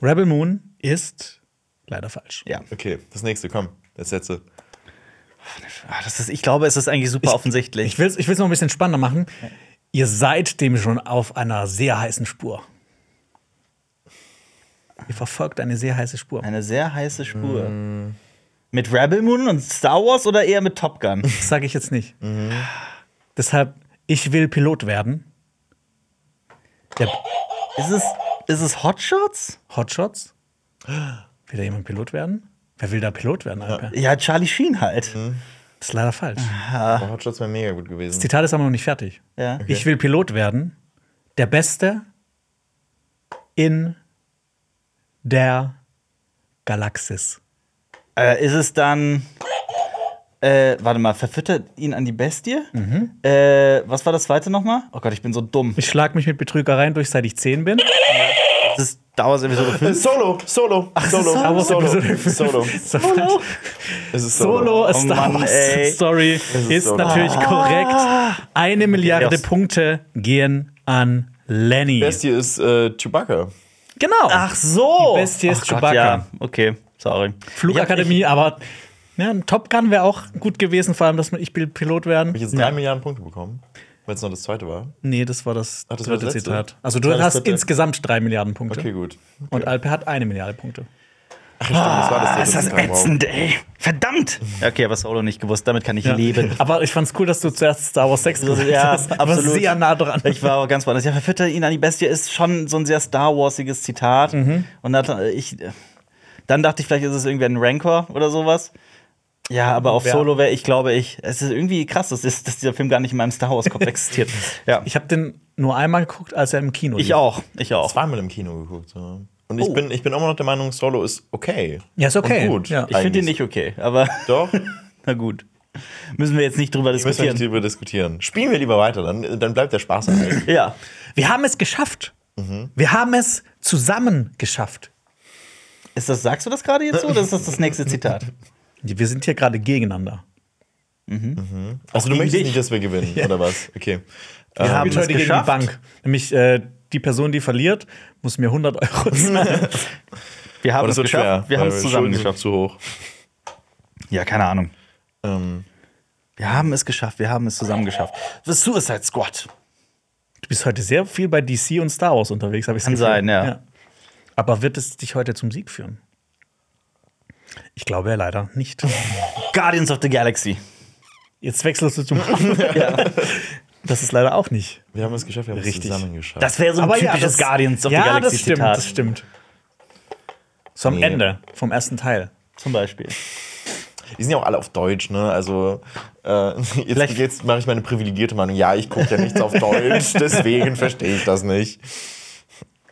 Rebel Moon ist leider falsch. ja. Okay, das nächste, komm, das letzte. Ah, das ist, ich glaube, es ist eigentlich super offensichtlich. Ich will es ich will's noch ein bisschen spannender machen. Ihr seid dem schon auf einer sehr heißen Spur. Ihr verfolgt eine sehr heiße Spur. Eine sehr heiße Spur. Mit Rebel Moon und Star Wars oder eher mit Top Gun? Das sage ich jetzt nicht. Deshalb, ich will Pilot werden. Der ist, es, ist es Hot Shots? Hotshots. Will da jemand Pilot werden? Wer will da Pilot werden, Alper? Ja, Charlie Sheen halt. Das ist leider falsch. Ah. Hot Shots wäre mega gut gewesen. Zitat ist aber noch nicht fertig. Ja. Ich will Pilot werden. Der Beste in der Galaxis. Äh, ist es dann. Äh, warte mal, verfüttert ihn an die Bestie? Äh, was war das zweite nochmal? Oh Gott, ich bin so dumm. Ich schlag mich mit Betrügereien durch, seit ich 10 bin. Das ist Star Wars Episode 5. Solo, Solo, Solo, Star Wars Solo, Episode fünf. Solo. So falsch. Es ist Solo, Oh Star Mann, Wars ey. Story ist ist, so natürlich korrekt. Eine Milliarde Yes. Punkte gehen an Lenny. Bestie ist äh, Chewbacca. Genau. Ach so! Die Bestie ist Ach Chewbacca. ja, okay, sorry. Flugakademie, aber ja, ein Top Gun wäre auch gut gewesen, vor allem, dass man ich will Pilot werden. Hab ich jetzt drei Milliarden Punkte bekommen, weil es noch das zweite war. Nee, das war das, Ach, das war dritte das letzte? Zitat. Also Das du war das hast dritte. insgesamt drei Milliarden Punkte. Okay, gut. Und Alper hat eine Milliarde Punkte. Ach, stimmt, das war das dritte. Ah, ist das Programm, wow. ätzend, ey. Verdammt! Okay, aber Solo nicht gewusst, damit kann ich Ja. leben. Aber ich fand's cool, dass du zuerst Star Wars 6 gesagt ja, hast. Aber absolut. sehr nah dran. Ich war auch ganz woanders. Ja, verfütter ihn an die Bestie ist schon so ein sehr Star Warsiges Zitat. Und dann, äh, ich, äh, dann dachte ich, vielleicht ist es irgendwie ein Rancor oder sowas. Ja, aber auf Ja. Solo wäre ich, glaube ich, es ist irgendwie krass, dass, ist, dass dieser Film gar nicht in meinem Star Wars-Kopf existiert. Ja, Ich habe den nur einmal geguckt, als er im Kino lief. ich auch. Ich auch. zweimal im Kino geguckt. Ja. Und ich, bin, ich bin immer noch der Meinung, Solo ist okay. Ja, ist okay. Und gut. Ja. Ich finde ihn nicht eigentlich. okay, aber Doch, na gut. Müssen wir jetzt nicht drüber müssen wir nicht diskutieren. darüber diskutieren. Spielen wir lieber weiter, dann, dann bleibt der Spaß erhalten. Ja. Wir haben es geschafft. Wir haben es zusammen geschafft. Ist das, sagst du das gerade jetzt so oder ist das das nächste Zitat? Wir sind hier gerade gegeneinander. Also du gegen möchtest dich. nicht, dass wir gewinnen, oder was? Okay. Ähm, Wir haben spielen es heute gegen die geschafft. Bank. Nämlich äh, die Person, die verliert, muss mir 100 Euro zahlen. Wir haben Aber es das wird geschafft. schwer. wir haben weil es Schulden zusammen sind geschafft. Zu hoch. Ja, keine Ahnung. Ähm, Wir haben es geschafft. Wir haben es zusammen geschafft. The Suicide Squad. Du bist heute sehr viel bei DC und Star Wars unterwegs, habe ich Kann sein, ja. Aber wird es dich heute zum Sieg führen? Ich glaube ja leider nicht. Guardians of the Galaxy. Jetzt wechselst du zum. Das ist leider auch nicht. wir haben es geschafft, wir haben Richtig. es zusammen geschafft. Das wäre so ein typisches Guardians of ja, the Galaxy das stimmt, Zitat. das stimmt. So am Nee. Ende vom ersten Teil. Zum Beispiel. Die sind ja auch alle auf Deutsch, ne? Also äh, jetzt, jetzt mache ich meine privilegierte Meinung. Ja, ich gucke ja nichts auf Deutsch, deswegen verstehe ich das nicht.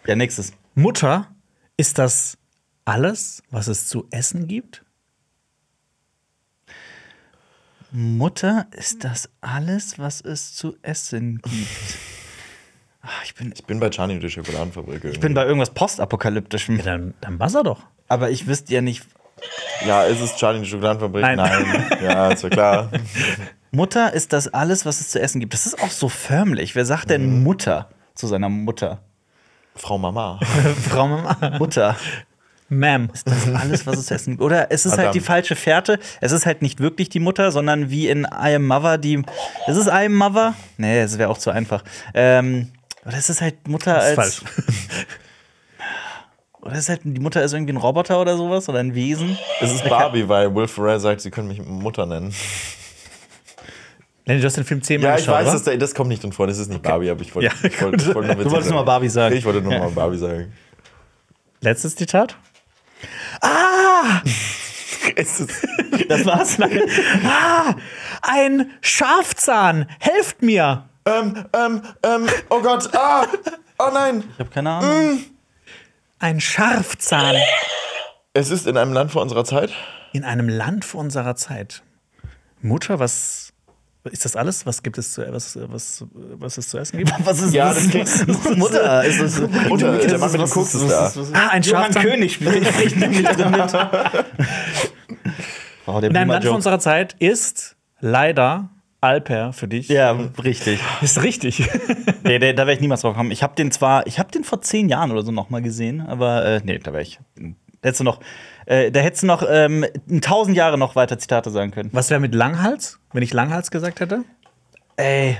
Ja, nächstes. Mutter, ist das alles, was es zu essen gibt? Mutter, ist das alles, was es zu essen gibt? Ah, Ich bin, Ich bin bei Gianni und der Schokoladenfabrik. Ich ich bin bei irgendwas Postapokalyptischem. Ja, dann, dann buzzer doch. Aber ich wüsste ja nicht. ja, ist es Gianni und die Schokoladenfabrik? Nein. Nein. Ja, ist ja klar. Mutter, ist das alles, was es zu essen gibt? Das ist auch so förmlich. Wer sagt Mhm. denn Mutter zu seiner Mutter? Frau Mama. Frau Mama. Mutter. Ma'am. Das ist alles, was es zu essen gibt. Oder es ist halt Verdammt. die falsche Fährte. Es ist halt nicht wirklich die Mutter, sondern wie in I Am Mother die. Ist es I Am Mother? Nee, das wäre auch zu einfach. Ähm, oder es ist halt Mutter Das ist als. falsch. Oder es ist halt, die Mutter ist irgendwie ein Roboter oder sowas oder ein Wesen. Es ist Barbie, weil Will Ferrell sagt, sie können mich Mutter nennen. Lenny, du hast den Film zehnmal Ja, ich geschaut, weiß, oder? das, das kommt nicht drin vor. Das ist nicht Barbie, aber ich wollte Ja, ich wollte- ich wollte nur Du wolltest nur mal Barbie sagen. Ich wollte nur mal Barbie sagen. Letztes Zitat? Es ist, Das war's. Ah, Ein Schafzahn, helft mir! ähm, ähm, ähm, oh Gott, ah, oh nein. Ich habe keine Ahnung. Ein Scharfzahn Es ist in einem Land vor unserer Zeit. in einem Land vor unserer Zeit. Mutter, was ist das alles? Was gibt es zu, was, was, was es zu essen gibt? Was ist Ja, was das ist- klingt- was ist Mutter? Ist es, Mutter, der Mann mit dem was Koks ist was da. was Ah, ein Johann Schafzahn. König spielt ich nämlich drin mit. Wow, der In einem Boomer Land vor Joke. unserer Zeit ist leider Alper für dich. Ja, richtig. Ist richtig. Nee, nee, da wäre ich niemals drauf gekommen. Ich habe den zwar, ich habe den vor zehn Jahren oder so noch mal gesehen, aber äh, nee, da wäre ich. Hättest du noch, äh, da hättest du noch ähm, tausend Jahre noch weiter Zitate sagen können. Was wäre mit Langhals, wenn ich Langhals gesagt hätte? Ey,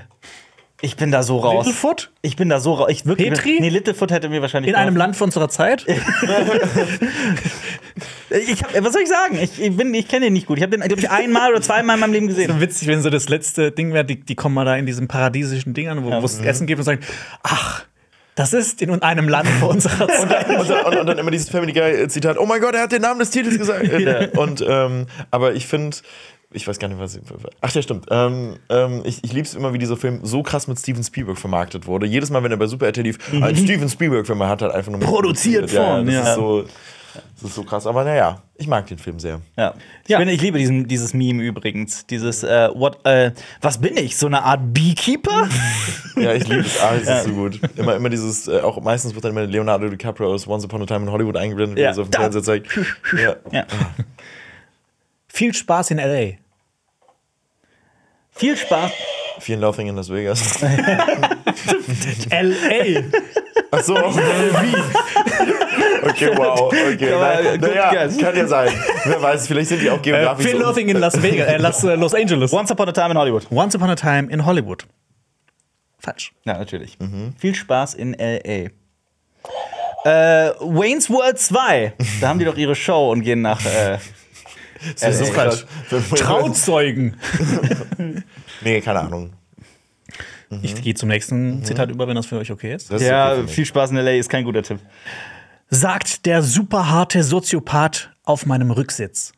ich bin da so raus. Littlefoot? Ich bin da so raus. Ich wirklich. Petri? Nee, Littlefoot hätte mir wahrscheinlich. In einem Land vor unserer Zeit? Äh, Ich hab, was soll ich sagen? Ich, ich, bin- ich kenne den nicht gut. Ich habe den, glaube ich, einmal oder zweimal in meinem Leben gesehen. So witzig, wenn so das letzte Ding wäre, die, die kommen mal da in diesem paradiesischen Ding an, wo wo es Essen gibt und sagen, ach, das ist in einem Land vor unserer Zeit. Und, dann- und, und dann immer dieses Family Guy-Zitat: Oh mein Gott, er hat den Namen des Titels gesagt. Und, ähm, aber ich finde. Ich weiß gar nicht, was. Ach ja, stimmt. Ähm, ähm, ich ich liebe es immer, wie dieser Film so krass mit Steven Spielberg vermarktet wurde. Jedes Mal, wenn er bei Super RTL lief, ein Steven Spielberg-Film, er hat halt einfach nur. Mhm. Produziert ja, von, ja. Das, ja. Ist so, das ist so krass. Aber naja, ich mag den Film sehr. Ja. Ich, bin, ich liebe diesen, dieses Meme übrigens. Dieses, äh, what, äh, was bin ich? So eine Art Beekeeper? Ja, ich liebe es. Ah, es ist so gut. Immer, immer dieses, äh, auch meistens wird dann immer Leonardo DiCaprio aus Once Upon a Time in Hollywood eingeblendet, wie Ja, er so auf dem da. Fernseher zeigt. Ja. ja. Viel Spaß in L.A. Viel Spaß. Vielen Laughing in Las Vegas. L.A. Ach so, wie? Okay, wow, okay. aber, Na, äh, naja, good guess. kann ja sein. Wer weiß, vielleicht sind die auch äh, geografisch. Phil so- Loathing in Las Vegas, äh, Las, äh, Los Angeles. Once upon a time in Hollywood. Once upon a time in Hollywood. Falsch. Ja, natürlich. Mhm. Mhm. Viel Spaß in L.A. Äh, Wayne's World 2. Da haben die doch ihre Show und gehen nach. Äh, Das ist so Äh, krass. Trauzeugen. Nee, keine Ahnung. Ich gehe zum nächsten Zitat über, wenn das für euch okay ist. Das ist okay ja, für mich. viel Spaß in L.A. ist kein guter Tipp. Sagt der superharte Soziopath auf meinem Rücksitz.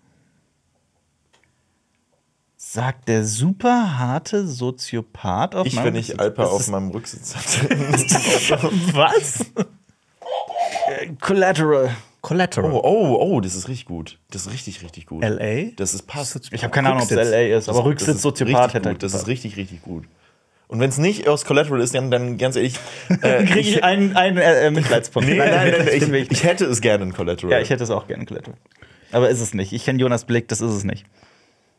Sagt der super harte Soziopath auf Ich, meinem wenn ich Rücksitz? Alper Das auf ist meinem Rücksitz hatte. Was? Collateral. Collateral. oh, oh, oh, das ist richtig gut. Das ist richtig, richtig gut. L.A. Das ist passt. Ich habe keine Ahnung, ob es Rücksitz. L.A. ist, aber Das- das Rücksitz ist Soziopath richtig hätte halt gut. Das ist richtig. richtig, richtig gut. Und wenn es nicht aus Collateral ist, dann, dann ganz ehrlich. Äh, Kriege ich einen, einen äh, äh, Mitleidspunkt. nee, nein, nein, den nein, will ich, ich hätte es gerne in Collateral. Ja, ich hätte es auch gerne Collateral. Aber ist es nicht. Ich kenne Jonas Blick, das ist es nicht.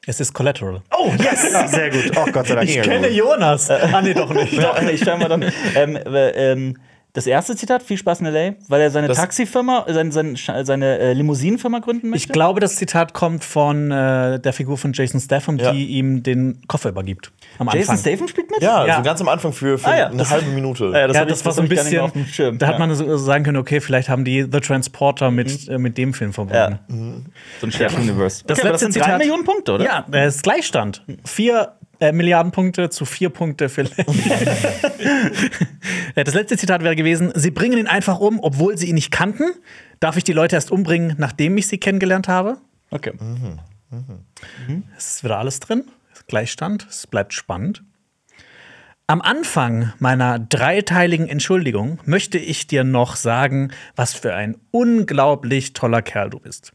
Es ist Collateral. Oh, yes! Sehr gut. Oh, Gott sei Dank. Ich Jonas. Ah, nee, doch nicht. Doch nicht, scheinbar doch nicht. Ähm, aber, ähm, das erste Zitat, viel Spaß in L.A., weil er seine Das- Taxifirma, seine, seine, seine äh, Limousinenfirma gründen möchte? Ich glaube, das Zitat kommt von äh, der Figur von Jason Statham, Ja. die ihm den Koffer übergibt. Am Jason Anfang. Statham spielt mit? Ja, Ja. so ganz am Anfang für, für Ah, ja. eine Das- halbe Minute. Ja, das ja, hab ich- das war so ein hab ich gar nicht mehr bisschen. auf dem Schirm. Da hat Ja. Mhm. man so sagen können, okay, vielleicht haben die The Transporter mit, äh, mit dem Film verbunden. Ja. So ein Shared Universe. Das Okay, aber das letzte sind drei Zitat- Millionen Punkte, oder? Ja, es ist Gleichstand. Vier äh, Milliarden Punkte zu vier Punkte für. Äh, das letzte Zitat wäre gewesen: Sie bringen ihn einfach um, obwohl sie ihn nicht kannten. Darf ich die Leute erst umbringen, nachdem ich sie kennengelernt habe? Mhm. Okay. Es ist wieder alles drin. Gleichstand. Es bleibt spannend. Am Anfang meiner dreiteiligen Entschuldigung möchte ich dir noch sagen, was für ein unglaublich toller Kerl du bist.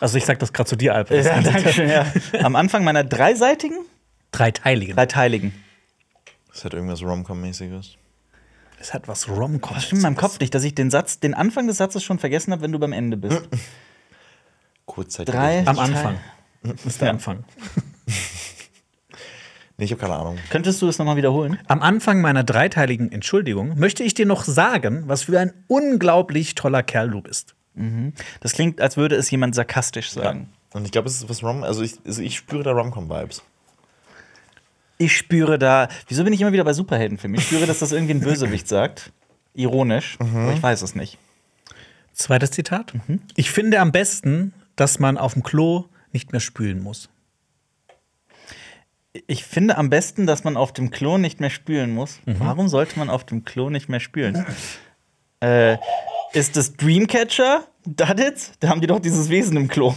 Also ich sag das gerade zu dir, Alper. Ja, danke schön, ja. Am Anfang meiner dreiseitigen, Dreiteiligen. dreiteiligen. Das hat halt irgendwas Rom-Com-mäßiges. Das hat was Rom-Com. Stimmt in meinem Kopf nicht, dass ich den Satz, den Anfang des Satzes schon vergessen habe, wenn du beim Ende bist. Kurzzeit. Drei. Am Anfang. Das ist der Anfang. Nee, ich habe keine Ahnung. Könntest du das nochmal wiederholen? Am Anfang meiner dreiteiligen Entschuldigung möchte ich dir noch sagen, was für ein unglaublich toller Kerl du bist. Das klingt, als würde es jemand sarkastisch sagen. Und ich glaube, es ist was Rom, also ich, also ich spüre da Rom-Com-Vibes. Ich spüre da, wieso bin ich immer wieder bei Superheldenfilmen? Ich spüre, dass das irgendwie ein Bösewicht sagt. Ironisch, Mhm. aber ich weiß es nicht. Zweites Zitat. Mhm. Ich finde am besten, dass man auf dem Klo nicht mehr spülen muss. Ich finde am besten, dass man auf dem Klo nicht mehr spülen muss. Mhm. Warum sollte man auf dem Klo nicht mehr spülen? äh, ist das Dreamcatcher? Duddits? Da haben die doch dieses Wesen im Klo.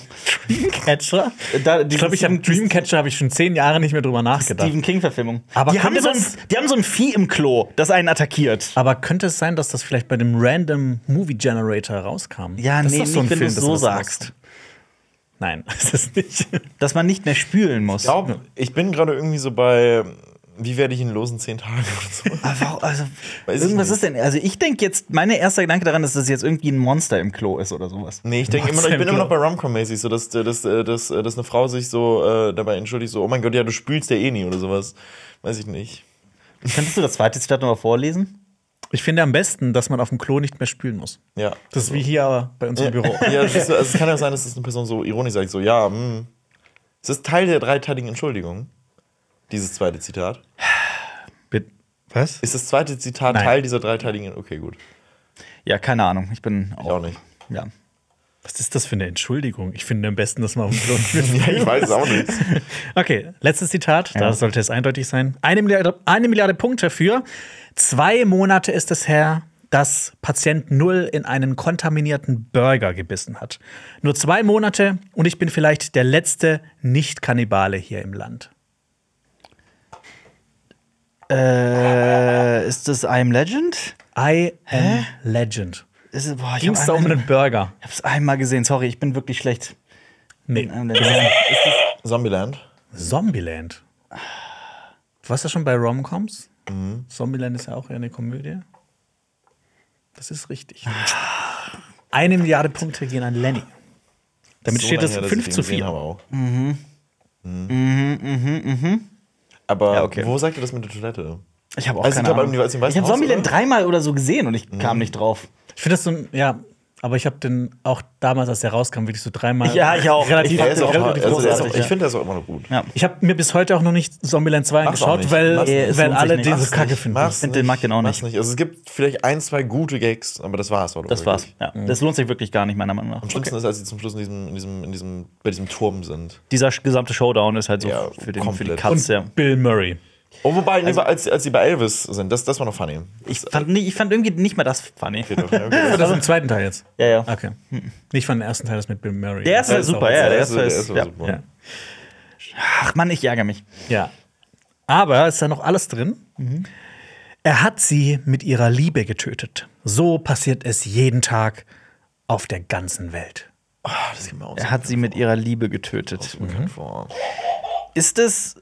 Dreamcatcher? Da, Ich glaube, ich habe Dreamcatcher habe ich schon zehn Jahre nicht mehr drüber nachgedacht. Stephen King-Verfilmung. Aber die, haben könnte so ein, das- die haben so ein Vieh im Klo, das einen attackiert. Aber könnte es sein, dass das vielleicht bei dem Random Movie Generator rauskam? Ja, das nee, doch ein nicht, wenn Film, du's das so das sagst. macht. Nein, es ist nicht. Dass man nicht mehr spülen muss. Ich glaube, ich bin gerade irgendwie so bei, wie werde ich in losen zehn Tagen oder so. Aber warum- also, Weiß ich irgendwas nicht. ist denn. Also, ich denke jetzt, mein erster Gedanke daran ist, dass jetzt irgendwie ein Monster im Klo ist oder sowas. Nee, ich denke immer noch, ich bin Sam immer noch bei Rom-Com-mäßig, so dass, äh, dass, dass, dass, dass eine Frau sich so äh, dabei entschuldigt, so, oh mein Gott, ja, du spülst ja eh nie oder sowas. Weiß ich nicht. Könntest du das zweite Zitat nochmal vorlesen? Ich finde am besten, dass man auf dem Klo nicht mehr spülen muss. Ja. Das ist wie hier bei uns im Büro. Ja, es, ist, also es kann ja sein, dass das eine Person so ironisch sagt, so, ja, hm. Es ist Teil der dreiteiligen Entschuldigung, dieses zweite Zitat. Was? Ist das zweite Zitat Nein. Teil dieser dreiteiligen? Okay, gut. Ja, keine Ahnung. Ich bin Ich auch nicht. Ja. Was ist das für eine Entschuldigung? Ich finde am besten, dass man auf dem Klo nicht mehr spülen Ja, ich weiß es auch nicht. Okay, letztes Zitat, da sollte es eindeutig sein. Eine Milliarde, eine Milliarde Punkte für. Zwei Monate ist es her, dass Patient Null in einen kontaminierten Burger gebissen hat. Nur zwei Monate und ich bin vielleicht der letzte Nicht-Kannibale hier im Land. Äh, ist das I'm Legend? I am Legend. Ist, es- boah, ich Ging es da um habe einen Burger? es einmal gesehen. Sorry, ich bin wirklich schlecht. Nee. In I'm Legend. Zombieland? Zombieland. Du warst ja schon bei Romcoms. Zombieland ist ja auch eher eine Komödie. Das ist richtig. Eine Milliarde Punkte gehen an Lenny. Damit So steht es lange her, dass 5 ich den zu gesehen 4. habe auch. Mhm. Mhm. Mhm, mhm, Aber Ja, okay. wo sagt ihr das mit der Toilette? Ich habe auch Also, ich keine glaub, Ahnung. im- als im Weißen ich habe Haus, Zombieland oder? Mhm. dreimal oder so gesehen und ich kam nicht drauf. Ich finde das so ein, ja, aber ich habe den auch damals, als der rauskam, wirklich so dreimal. Ja, ich auch. Relativ, Ich Der ist auch, relativ also der ist auch, großartig. ich finde, der ist auch immer noch gut. Ja. Ich habe mir bis heute auch noch nicht Zombieland 2 Mach's auch angeschaut, nicht. weil, Mach's nicht. Es weil lohnt sich alle nicht. den so Mach's kacke nicht. finden. Mach's find den- mag den auch mach's nicht. Also es gibt vielleicht ein, zwei gute Gags, aber das war's, oder? Das war's. Ja. Das lohnt sich wirklich gar nicht, meiner Meinung nach. Am schlimmsten ist, als sie zum Schluss in diesem, in diesem, in diesem, bei diesem Turm sind. Dieser sch- gesamte Showdown ist halt so für, Ja, den, für die komplett. Katze. ja. Bill Murray. Oh, wobei, nee, als, als sie bei Elvis sind, das, das war noch funny. Ich fand, nie, ich fand irgendwie nicht mal das funny. Okay, doch, ja, okay. Das ist im zweiten Teil jetzt. Ja, ja. Okay. Nicht von dem ersten Teil, das mit Bill Murray. Der erste Das war auch super, jetzt- ja. Der Der erste- erste der ist. erste war Ja. ja. super. Ach Mann, ich ärgere mich. Ja. Aber ist da noch alles drin? Er hat sie mit ihrer Liebe getötet. So passiert es jeden Tag auf der ganzen Welt. Ah, das geht mir auch so Er hat sie mit ihrer Liebe getötet. bekannt vor. Ist es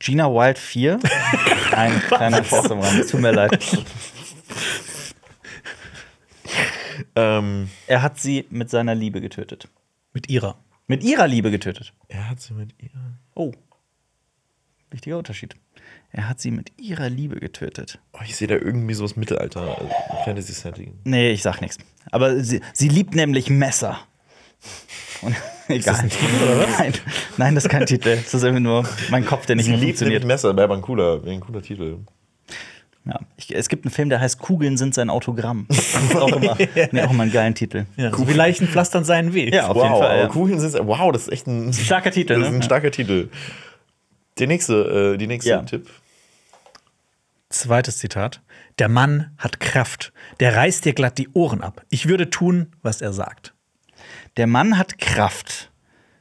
Gina Wild 4? Ein kleiner Forst im Rahmen. Tut mir leid. Ähm, Er hat sie mit seiner Liebe getötet. Mit ihrer. Mit ihrer Liebe getötet. er hat sie mit ihr. Oh. Wie richtiger Unterschied. Er hat sie mit ihrer Liebe getötet. Oh, ich sehe da irgendwie sowas Mittelalter, äh, Fantasy-Setting. Nee, ich sag nichts. Aber sie, sie liebt nämlich Messer. Und, egal. Nein, nein, das ist kein Titel. Das ist irgendwie nur mein Kopf, der nicht mehr Mit funktioniert. Messer, wäre aber ein cooler, wäre ein cooler Titel. Ja. Ich, es gibt einen Film, der heißt Kugeln sind sein Autogramm. Das ist auch immer, nee, auch immer einen geilen Titel. Ja, so wie Leichen pflastern seinen Weg. Ja, auf wow, jeden Fall. aber Ja. Kugeln sind Wow, das ist echt ein Starker Titel, Das ist ne? ein starker Titel. Der nächste, äh, die nächste Ja. Tipp. Zweites Zitat. Der Mann hat Kraft. Der reißt dir glatt die Ohren ab. Ich würde tun, was er sagt. Der Mann hat Kraft.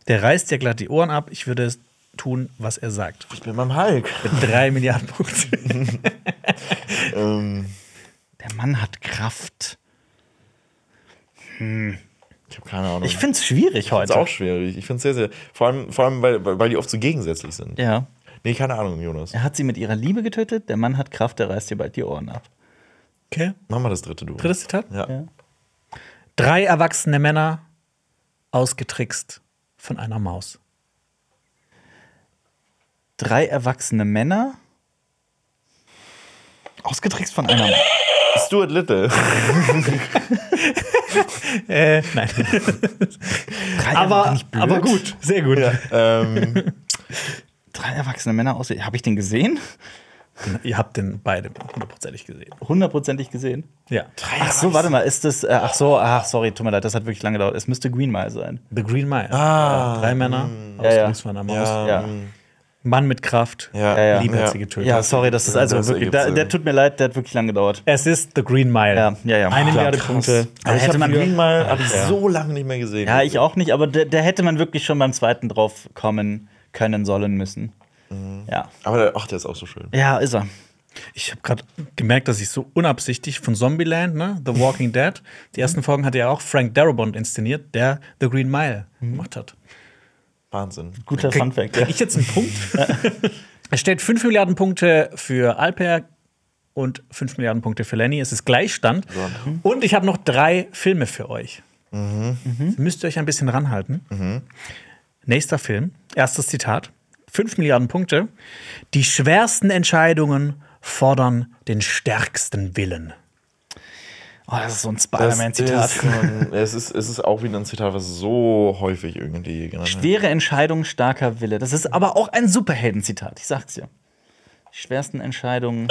Der reißt dir glatt die Ohren ab. Ich würde es tun, was er sagt. Ich bin beim Hulk. Drei Milliarden Punkte. ähm, Der Mann hat Kraft. ich habe keine Ahnung. Ich find's schwierig das ist heute. auch schwierig. Ich finde es sehr, sehr. Vor allem, vor allem weil, weil weil die oft so gegensätzlich sind. ja. Nee, keine Ahnung, Jonas. Er hat sie mit ihrer Liebe getötet. Der Mann hat Kraft, der reißt ihr bald die Ohren ab. Okay. Mach mal das dritte, du. Drittes Zitat. Ja. Ja. Drei erwachsene Männer ausgetrickst von einer Maus. Drei erwachsene Männer. Ausgetrickst von einer. Stuart Little. Äh, nein. Drei bin aber, ich blöd? aber gut, sehr gut. ähm, Drei erwachsene Männer aus. Habe ich den gesehen? Ihr habt den beide hundertprozentig gesehen. Hundertprozentig gesehen. Ja. Ach so, warte mal, ist das. Äh, ach so, ach sorry, tut mir leid, das hat wirklich lange gedauert. Es müsste Green Mile sein. The Green Mile. Ah, Drei Männer ja, ja. ausgetrickst von einer Maus. Ja. ähm, Mann mit Kraft. ja, Ja, ja. Liebe hat ja. sie getötet. Ja, sorry, das ist also das wirklich. ergibt Da, Sinn. der tut mir leid, der hat wirklich lange gedauert. Es ist The Green Mile. Ja, ja, ja. Eine Klar, Milliarde krass. Punkte. Da Aber ich hätte habe man- Green mal hab ich so lange nicht mehr gesehen. Ja, ich auch nicht, aber da, da hätte man wirklich schon beim zweiten drauf kommen können, sollen, müssen. Ja. Aber der, ach, der ist auch so schön. Ja, ist er. Ich habe gerade gemerkt, dass ich so unabsichtlich von Zombieland, ne, The Walking Dead, die ersten Folgen hatte ja auch Frank Darabont inszeniert, der The Green Mile gemacht hat. Wahnsinn. Guter Krieg- Funfact. krieg Ja. ich jetzt einen Punkt? es steht 5 Milliarden Punkte für Alper und 5 Milliarden Punkte für Lenny. Es ist Gleichstand. Und ich habe noch drei Filme für euch. Mhm. Müsst ihr euch ein bisschen ranhalten. Nächster Film, erstes Zitat. 5 Milliarden Punkte. Die schwersten Entscheidungen fordern den stärksten Willen. Oh, das ist so ein Das Spider-Man-Zitat. ist ein- Es ist, es ist auch wieder ein Zitat, was so häufig irgendwie genannt wird. Schwere Entscheidung, starker Wille. Das ist aber auch ein Superhelden-Zitat, ich sag's dir. Die schwersten Entscheidungen.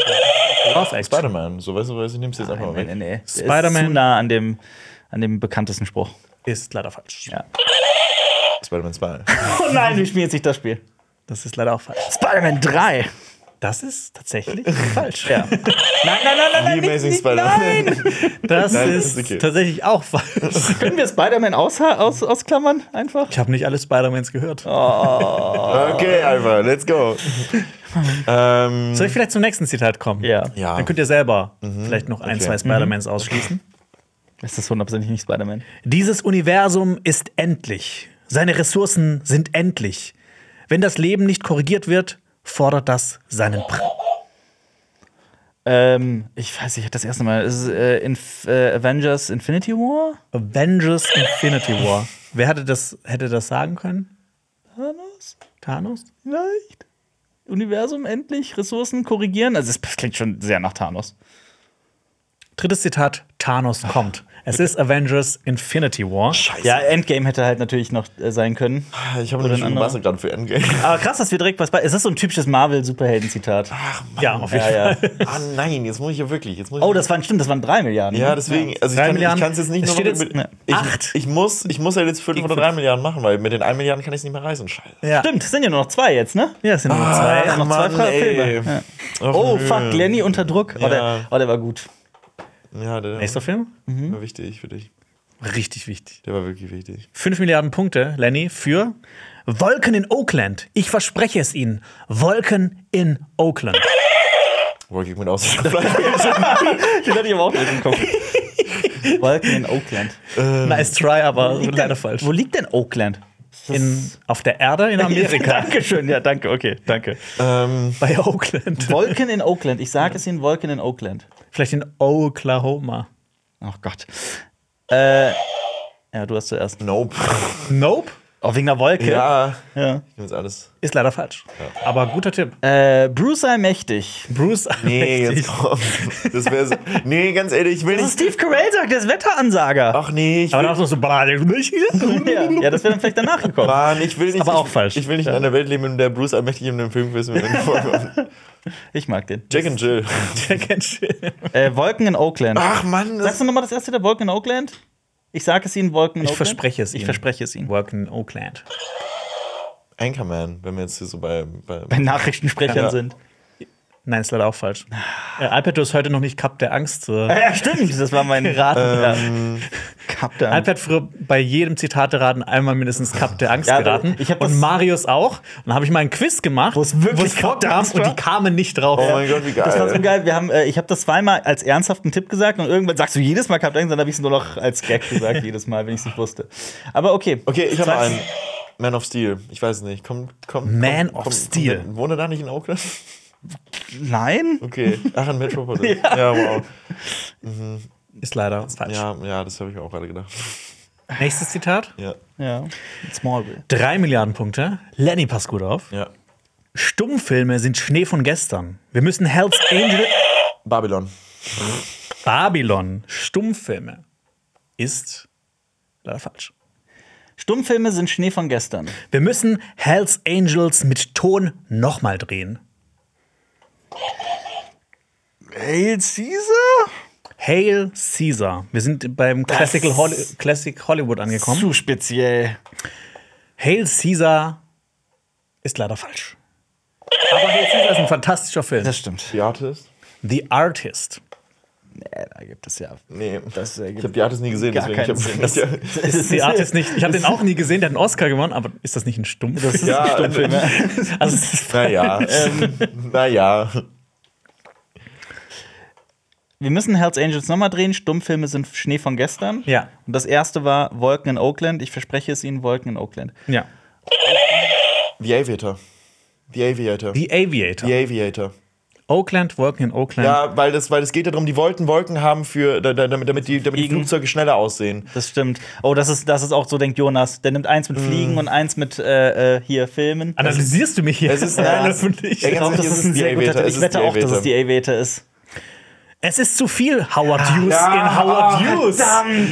Love Action. Spider-Man, so weißt du was, ich nehm's jetzt einfach mal Nein, weg. nein, nee. Der ist Spider-Man. Zu nah an dem, an dem bekanntesten Spruch. Ist leider falsch. Ja. Spider-Man 2. Oh nein, wie spielt sich das Spiel? Das ist leider auch falsch. Spider-Man 3. Das ist tatsächlich falsch. Ja. Nein, nein, nein, nein, nein. The Nicht, Amazing nicht, Spider-Man. nein. Das Nein, das ist ist okay. tatsächlich auch falsch. Können wir Spider-Man aus, aus, ausklammern einfach? Ich habe nicht alle Spider-Mans gehört. Okay, Alpha, let's go. ähm, Soll ich vielleicht zum nächsten Zitat kommen? Ja. Ja. Dann könnt ihr selber vielleicht noch ein, Okay. zwei Spider-Mans ausschließen. Es ist hundertprozentig nicht Spider-Man. Dieses Universum ist endlich. Seine Ressourcen sind endlich. Wenn das Leben nicht korrigiert wird, fordert das seinen Preis. Ähm, ich weiß, ich hatte das erste Mal. Es ist, äh, Inf äh, Avengers Infinity War? Avengers Infinity War. Wer hätte das, hätte das sagen können? Thanos? Thanos? Vielleicht? Universum endlich? Ressourcen korrigieren? Also, es klingt schon sehr nach Thanos. Drittes Zitat: Thanos kommt. Es ist Avengers Infinity War. Ja, Endgame hätte halt natürlich noch äh, sein können. ich habe nämlich ein schon anderer? Ah, Wasser gerade für Endgame. Aber krass, dass wir direkt was bei. Ist das so ein typisches Marvel-Superhelden-Zitat? Ja, auf jeden Ja, Fall. ja. ah nein, jetzt muss ich ja wirklich. Jetzt muss ich Oh, das waren, stimmt, das waren drei Milliarden. ne? ja, deswegen, also ich Drei kann Milliarden. ich kann's jetzt nicht Es nur steht noch jetzt, mit, ne, acht. ich, ich muss ich muss ja jetzt 5 oder 3 fünf. Milliarden machen, weil mit den 1 Milliarden kann ich es nicht mehr reißen. Scheiße. Ja. Stimmt, es sind ja nur noch zwei jetzt, ne? Ja, es sind nur zwei. ja, noch zwei Fra- Filme. Ja. Oh, fuck, Lenny unter Druck. Oh, der, Ja. oh, der war gut. Ja, der, Nächster Film? der war wichtig für dich. Richtig wichtig. Der war wirklich wichtig. 5 Milliarden Punkte, Lenny, für Wolken in Oakland. Ich verspreche es Ihnen. Wolken in Oakland. Wollte ich mit ausschreiben. Den hatte ich aber auch nicht im Kopf. Wolken in Oakland. nice try, aber leider falsch. Wo liegt denn Oakland? In, auf der Erde in Amerika. Dankeschön, ja, danke, okay, danke. ähm, bei Oakland. Wolken in Oakland, ich sage es Ihnen, Wolken in Oakland. Vielleicht in Oklahoma. Ach Gott. Äh, ja, du hast zuerst. nope. Nope. Auch wegen der Wolke. Ja, Ja. ich nehme jetzt alles. Ist leider falsch. Aber guter Tipp. Äh, Bruce allmächtig. Bruce Nee, Allmächtig. jetzt komm. Das wäre so. Nee, ganz ehrlich, ich will Das ist nicht. Steve Carell sagt, der ist Wetteransager. Ach nee, ich Aber will, dann auch so, bla, der- Ja, ja das wäre dann vielleicht danach gekommen. Mann, ich will nicht. aber ich, auch falsch. Ich will nicht in einer Welt leben, in der Bruce allmächtig in dem Film wissen wir, wenn vorkommt. Ich mag den. Jack and Jill. Der kennt Schild. Äh, Wolken in Oakland. Ach Mann, Sagst das du nochmal das erste der Wolken in Oakland? Ich sage es Ihnen, Wolken in Ich Oakland. verspreche es Ich Ihnen. verspreche es Ihnen. Work in Oakland. Anchorman, wenn wir jetzt hier so bei. bei Wenn Nachrichtensprechern Ja. sind. Nein, ist leider auch falsch. Äh, Alpert, du hast heute noch nicht Cup der Angst. Äh, Ja, stimmt. Das war mein Raten. ja. Captain. Alpert früher bei jedem Zitateraten einmal mindestens Cup der Angst Ja, aber geraten. ich hab das- und Marius auch. Und dann habe ich mal einen Quiz gemacht, Wo es wirklich Cup der vorkam Angst und war? die kamen nicht drauf. oh mein Gott, wie geil. Das war so geil. Wir haben, äh, ich habe das zweimal als ernsthaften Tipp gesagt und irgendwann sagst du jedes Mal Captain, dann habe ich es nur noch als Gag gesagt, jedes Mal, wenn ich es nicht wusste. Aber okay. Okay, ich habe Zwei- einen. Man of Steel. Ich weiß nicht. Komm, komm. Man komm, of komm, Steel. Komm, wohne da nicht in Oakland? Nein? Okay. Ach, in Metropolis. ja. wow. Ist leider falsch. Ja, ja, das habe ich mir auch gerade gedacht. Nächstes Zitat. Ja, Ja. Smallville. Drei Milliarden Punkte. Lenny, pass gut auf. ja. Stummfilme sind Schnee von gestern. Wir müssen Hells Angel. Babylon. Babylon. Stummfilme. Ist leider falsch. Stummfilme sind Schnee von gestern. Wir müssen Hells Angels mit Ton nochmal drehen. Hail Caesar? Hail Caesar. Wir sind beim Classical Holly Classic Hollywood angekommen. Zu speziell. Hail Caesar ist leider falsch. Aber Hail Caesar ist ein fantastischer Film. Das stimmt. The Artist? The Artist. Nee, da gibt es ja. Nee. Das ergibt ich habe The Artist nie gesehen, gar deswegen ich keinen hab- Sinn. das ja, Ist The Artist nicht. Ich habe den auch nie gesehen, der hat einen Oscar gewonnen, aber ist das nicht ein Stumpf? Das ist Ja, ein Stummfilm. ja. also, es ist Naja. Ähm, naja. Wir müssen Hells Angels nochmal drehen. Stummfilme sind Schnee von gestern. Ja. Und das erste war Wolken in Oakland. Ich verspreche es Ihnen, Wolken in Oakland. ja. The Aviator. The Aviator. The Aviator. The Aviator. Oakland, Working in Oakland. Ja, weil das, weil das geht ja darum, die wollten Wolken haben für, da- da- damit, damit, die, damit die Fliegen. Flugzeuge schneller aussehen. Das stimmt. Oh, das ist, das ist auch so, denkt Jonas. Der nimmt eins mit Mhm. Fliegen und eins mit äh, äh, hier Filmen. Analysierst du mich hier? Es ist- Nein, ja. öffentlich. Ja, Ich glaube, das es ist ist ein die sehr guter Aviator, Tipp. Ich es ist wette die auch, dass es Aviator. die Aviator ist. Es ist zu viel Howard Hughes in Howard Hughes.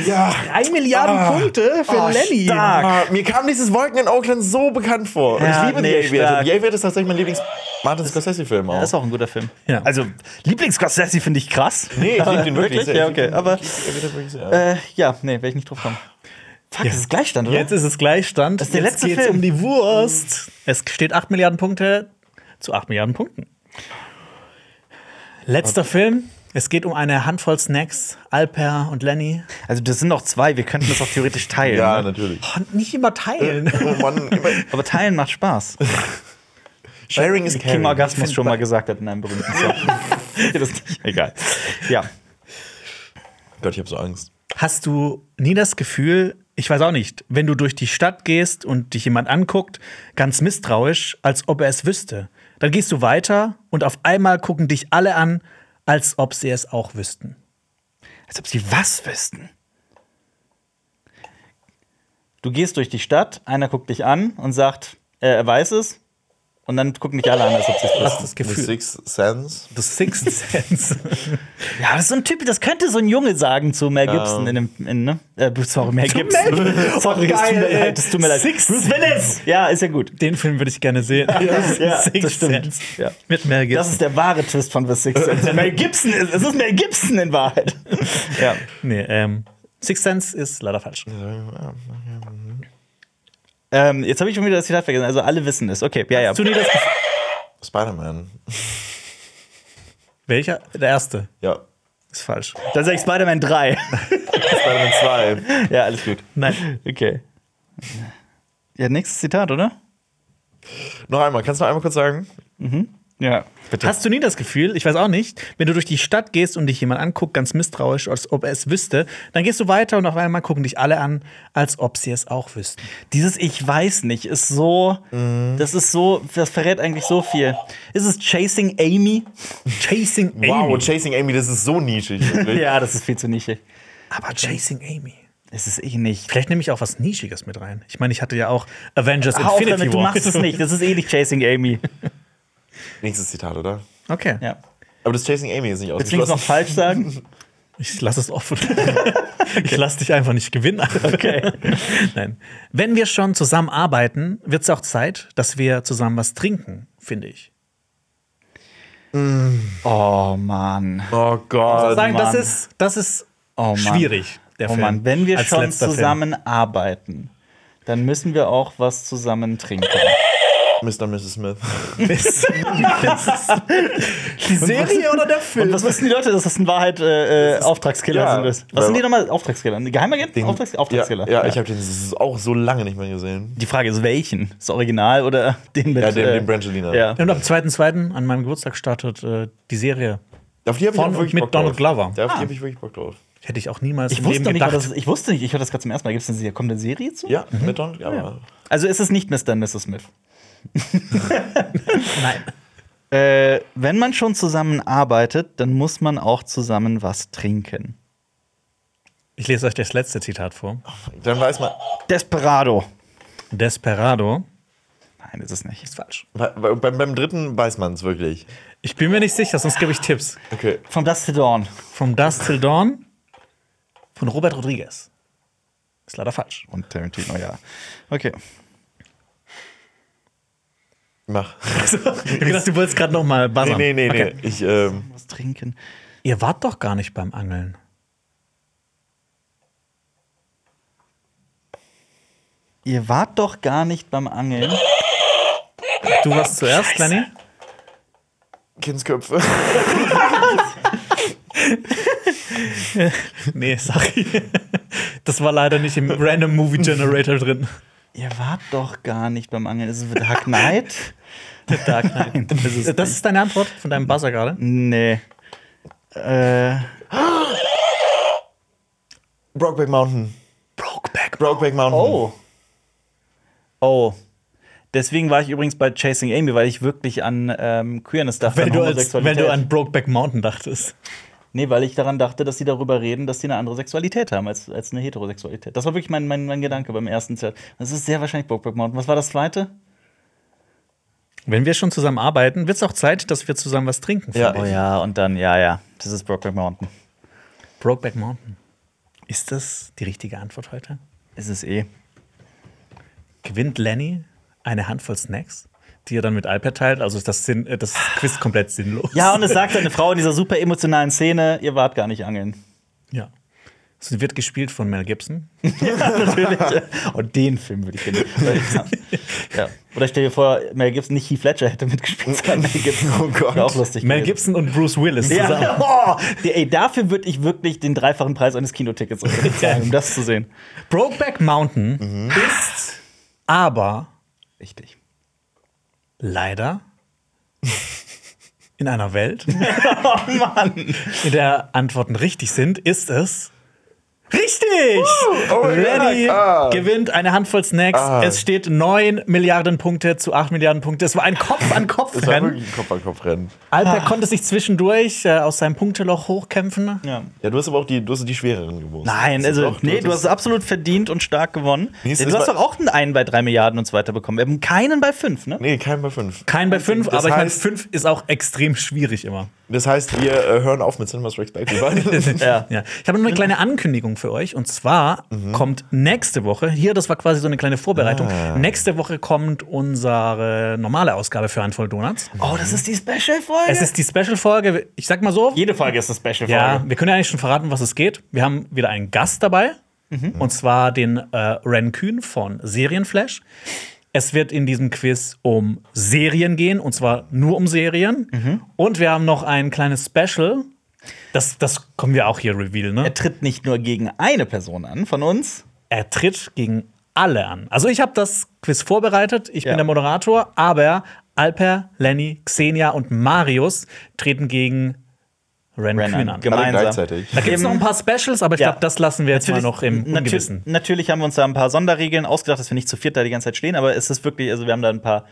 Ja. Drei Milliarden Punkte für Lenny. Ah, mir kam dieses Wolken in Oakland so bekannt vor. Und Ja, ich liebe nee, The Aviator. stark. The Aviator ist tatsächlich mein Lieblings-Martin Scorsese-Film auch. Das ist auch ein guter Film. Ja. Also, Lieblings-Scorsese finde ich krass. nee, ich liebe den wirklich. sehr. Ja, Ich lieb okay. den- Aber, ich lieb The Aviator wirklich sehr. äh, ja, nee, werde ich nicht drauf kommen. Fuck, das ist Gleichstand, oder? Jetzt ist es Gleichstand. Das ist der Jetzt letzte geht's Film. um die Wurst. Es steht 8 Milliarden Punkte zu 8 Milliarden Punkten. Letzter Film. Es geht um eine Handvoll Snacks. Alper und Lenny. Also, das sind noch zwei. Wir könnten das auch theoretisch teilen. ja, ne? natürlich. Oh, nicht immer teilen. Oh Mann, immer, Aber teilen macht Spaß. sharing is King caring. Orgasmus schon mal gesagt hat in einem berühmten Song. Kennt ihr das nicht? Egal. Ja. Gott, ich habe so Angst. Hast du nie das Gefühl, ich weiß auch nicht, wenn du durch die Stadt gehst und dich jemand anguckt, ganz misstrauisch, als ob er es wüsste. Dann gehst du weiter und auf einmal gucken dich alle an, als ob sie es auch wüssten. Als ob sie was wüssten. Du gehst durch die Stadt, einer guckt dich an und sagt, äh, er weiß es. Und dann gucken dich alle an, als ob sie es Hast wissen. du das The Gefühl? Sixth Sense. The Sixth Sense. Ja, das ist so ein Typ, das könnte so ein Junge sagen zu Mel Gibson in dem, in, ne? Äh, sorry, Ähm. Mel Gibson. sorry, es tut mir ey. leid, es tut mir leid. Sixth Bruce Willis! Ja, ist ja gut. Den Film würde ich gerne sehen. ja, Sixth das stimmt. Sense. Ja. Mit Mel Gibson. Das ist der wahre Twist von The Sixth Sense. Mel Gibson ist, es ist Mel Gibson in Wahrheit. ja. nee, ähm, Sixth Sense ist leider falsch. Ähm, jetzt habe ich schon wieder das Zitat vergessen. Also alle wissen es. Okay, ja, ja. Hast du nie das Gefühl? Spider-Man. Welcher? Der erste. Ja. Ist falsch. Dann sage ich Spider-Man 3. Spider-Man 2. ja, alles gut. Nein. Okay. Ja, nächstes Zitat, oder? Noch einmal, kannst du noch einmal kurz sagen? Ja. Hast du nie das Gefühl, ich weiß auch nicht, wenn du durch die Stadt gehst und dich jemand anguckt, ganz misstrauisch, als ob er es wüsste, dann gehst du weiter und auf einmal gucken dich alle an, als ob sie es auch wüssten. Dieses Ich weiß nicht ist so. Mhm. Das ist so. Das verrät eigentlich so viel. Ist es Chasing Amy? Chasing Amy. Wow, Chasing Amy, das ist so nischig. Wirklich. Ja, das ist viel zu nischig. Aber Chasing Amy. Es ist ich nicht. Vielleicht nehme ich auch was Nischiges mit rein. Ich meine, ich hatte ja auch Avengers Hör auf Infinity damit, War. du machst es nicht. Das ist eh nicht Chasing Amy. Nächstes Zitat, oder? Okay. Ja. Aber das Chasing Amy ist nicht Willst du es noch ausgeschlossen. falsch sagen? Ich lasse es offen. Ich lasse dich einfach nicht gewinnen. Okay. Nein. Wenn wir schon zusammenarbeiten, wird es auch Zeit, dass wir zusammen was trinken, finde ich. Oh Mann. Oh Gott. Sagen, das Mann. ist, das ist Oh Mann. schwierig, der oh Film. Mann, wenn wir als schon letzter Film. zusammenarbeiten, dann müssen wir auch was zusammen trinken. Mr. und Mrs. Smith. Die Serie oder der Und Film? was wissen die Leute, dass das in Wahrheit äh, äh, Auftragskiller ja. sind? Was sind die nochmal? Auftragskiller? Geheimagenten? Auftrags Auftragskiller. Ja, ja, ich habe den s- auch so lange nicht mehr gesehen. Die Frage ist, welchen? Das Original oder den mit Ja, den, äh, den Brangelina. Ja. Und am 2.2. an meinem Geburtstag startet äh, die Serie. Auf die habe ich Von auch und wirklich mit Bock drauf. Donald Glover. Ah. Ja, Auf die habe ich wirklich Bock drauf. Hätte ich auch niemals Ich im Leben wusste, nicht, gedacht. das, ich wusste nicht, ich höre das gerade zum ersten Mal. Gibt's eine, Serie- kommt eine Serie zu? Ja, Mhm. mit Donald Glover. Also ist es nicht Mr. und Mrs. Smith. Nein. Äh, wenn man schon zusammenarbeitet, dann muss man auch zusammen was trinken. Ich lese euch das letzte Zitat vor. Dann weiß man, Desperado. Desperado Nein, ist es nicht. ist falsch. bei, bei- beim, beim dritten weiß man es wirklich. Ich bin mir nicht sicher, sonst gebe ich Tipps. Okay. From Dusk to Dawn. From Dusk Till Dawn von Robert Rodriguez. Ist leider falsch. Und Tarantino, ja. Okay. Mach. Ich hab gedacht, du wolltest gerade noch mal buzzern. Nee, nee, nee, Okay. nee. Ich, ähm, Was trinken? Ihr wart doch gar nicht beim Angeln. Ihr wart doch gar nicht beim Angeln. Du warst zuerst, Lenny? Kindsköpfe. Nee, sorry. Das war leider nicht im Random Movie Generator drin. Ihr wart doch gar nicht beim Angeln. Ist es The Dark Knight? The Dark Knight. das ist Das ist deine Antwort von deinem Buzzer gerade? nee. Äh, Brokeback Mountain. Brokeback. Brokeback Mountain. oh. Oh. Deswegen war ich übrigens bei Chasing Amy, weil ich wirklich an ähm, Queerness dachte. Wenn an du, als, wenn Homosexualität. du an Brokeback Mountain dachtest. Nee, weil ich daran dachte, dass sie darüber reden, dass sie eine andere Sexualität haben als, als eine Heterosexualität. Das war wirklich mein, mein, mein Gedanke beim ersten Set. Das ist sehr wahrscheinlich Brokeback Mountain. Was war das zweite? Wenn wir schon zusammen arbeiten, wird es auch Zeit, dass wir zusammen was trinken. Ja. finde ich. ja, oh und dann, ja, ja. Das ist Brokeback Mountain. Brokeback Mountain. Ist das die richtige Antwort heute? Ist es eh. gewinnt Lenny eine Handvoll Snacks, die er dann mit Alper teilt. Also ist das, Sinn, äh, das Quiz komplett sinnlos. Ja, und es sagt eine Frau in dieser super emotionalen Szene, ihr wart gar nicht angeln. Ja. Es wird gespielt von Mel Gibson. Und den Film würde ich gerne. ja. Oder stell dir vor, Mel Gibson, nicht Heath Ledger hätte mitgespielt, sondern Mel Gibson. Oh Gott. Wäre auch lustig. Mel gewesen. Gibson und Bruce Willis zusammen. Ja. Oh, der, ey, dafür würde ich wirklich den dreifachen Preis eines Kinotickets bezahlen, um das zu sehen. Brokeback Mountain Mhm. ist aber Richtig. leider in einer Welt, Oh Mann. in der Antworten richtig sind, ist es richtig! Oh mein Lenny Gott. Ah. gewinnt eine Handvoll Snacks. Ah. Es steht 9 Milliarden Punkte zu 8 Milliarden Punkte. Es war ein Es war Kopf-an-Kopf-Rennen. wirklich ein Kopf an Kopf rennen. Alper konnte sich zwischendurch äh, aus seinem Punkteloch hochkämpfen. Ja. Ja, du hast aber auch die, du hast die schwereren gewusst. Nein, also, nee, du hast es absolut verdient und stark gewonnen. Nee, es du ist hast bei- doch auch einen, einen bei 3 Milliarden und so weiter bekommen. Wir haben keinen bei 5, ne? Nee, kein bei fünf. Kein bei 5, Das aber ich meine, heißt- 5 ist auch extrem schwierig immer. Das heißt, wir äh, hören auf mit Cinemas Respect. Wir waren- Ja. Ja. Ich habe noch eine kleine Ankündigung für euch. Und zwar kommt nächste Woche, hier, das war quasi so eine kleine Vorbereitung, nächste Woche kommt unsere normale Ausgabe für Handvoll Donuts. Oh, das ist die Special-Folge. Es ist die Special-Folge, ich sag mal so. Jede Folge ist eine Special-Folge. Ja, wir können ja eigentlich schon verraten, was es geht. Wir haben wieder einen Gast dabei. Und zwar den äh, Ren Kühn von Serienflash. Es wird in diesem Quiz um Serien gehen, und zwar nur um Serien. Und wir haben noch ein kleines Special. Das, das kommen wir auch hier reveal, ne? Er tritt nicht nur gegen eine Person an von uns. Er tritt gegen alle an. Also ich habe das Quiz vorbereitet, ich Ja. bin der Moderator, aber Alper, Lenny, Xenia und Marius treten gegen Ren, Ren Kühn an. an. Gemeinsam. gleichzeitig. Da gibt es noch ein paar Specials, aber ich Ja. glaube, das lassen wir jetzt mal noch im natür- Ungewissen. Natürlich haben wir uns da ein paar Sonderregeln ausgedacht, dass wir nicht zu viert da die ganze Zeit stehen, aber es ist wirklich, also wir haben da ein paar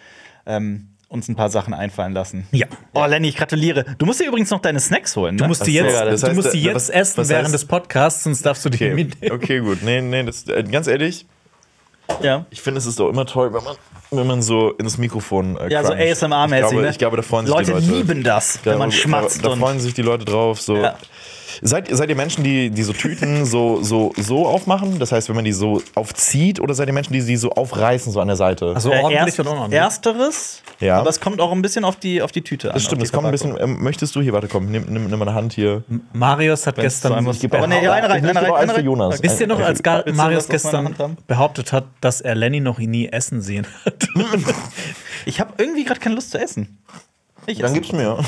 ähm, uns ein paar Sachen einfallen lassen. Ja. Oh, Lenny, ich gratuliere. Du musst dir übrigens noch deine Snacks holen. Ne? Du musst die Das- jetzt, ja, das du heißt, musst die äh, jetzt was- essen was während heißt- des Podcasts, sonst darfst du die Okay, mitnehmen. okay gut. Nee, nee, das, äh, ganz ehrlich, ja. ich finde, es ist doch immer toll, wenn man, wenn man so ins Mikrofon. Äh, ja, so cruncht. Ich ASMR-mäßig. glaube, Ne? ich glaube, da freuen sich Leute, die Leute. lieben das, Ja, wenn man aber- schmatzt aber Da und freuen sich die Leute drauf. So. Ja. Seid, seid ihr Menschen, die, die so Tüten so, so, so aufmachen? Das heißt, wenn man die so aufzieht, oder seid ihr Menschen, die sie so aufreißen, so an der Seite? Also Äh, ordentlich erst, und unordentlich. Ersteres, Ja. aber es kommt auch ein bisschen auf die, auf die Tüte an. das stimmt, auf die das kommt ein Verpackung. bisschen. Ähm, möchtest du hier, warte, komm, nimm, nimm, nimm meine Hand hier. Marius hat so gestern. einmal- gebe- Aber nee, Ich eine reicht, gebe eine reicht, aber Also, eins eine für reicht. Jonas. Wisst ihr noch, Äh, als Gar Willst du Marius was aus meiner gestern Hand haben? behauptet hat, dass er Lenny noch nie essen sehen hat? Ich habe irgendwie gerade keine Lust zu essen. Ich Dann esse. gib's mir.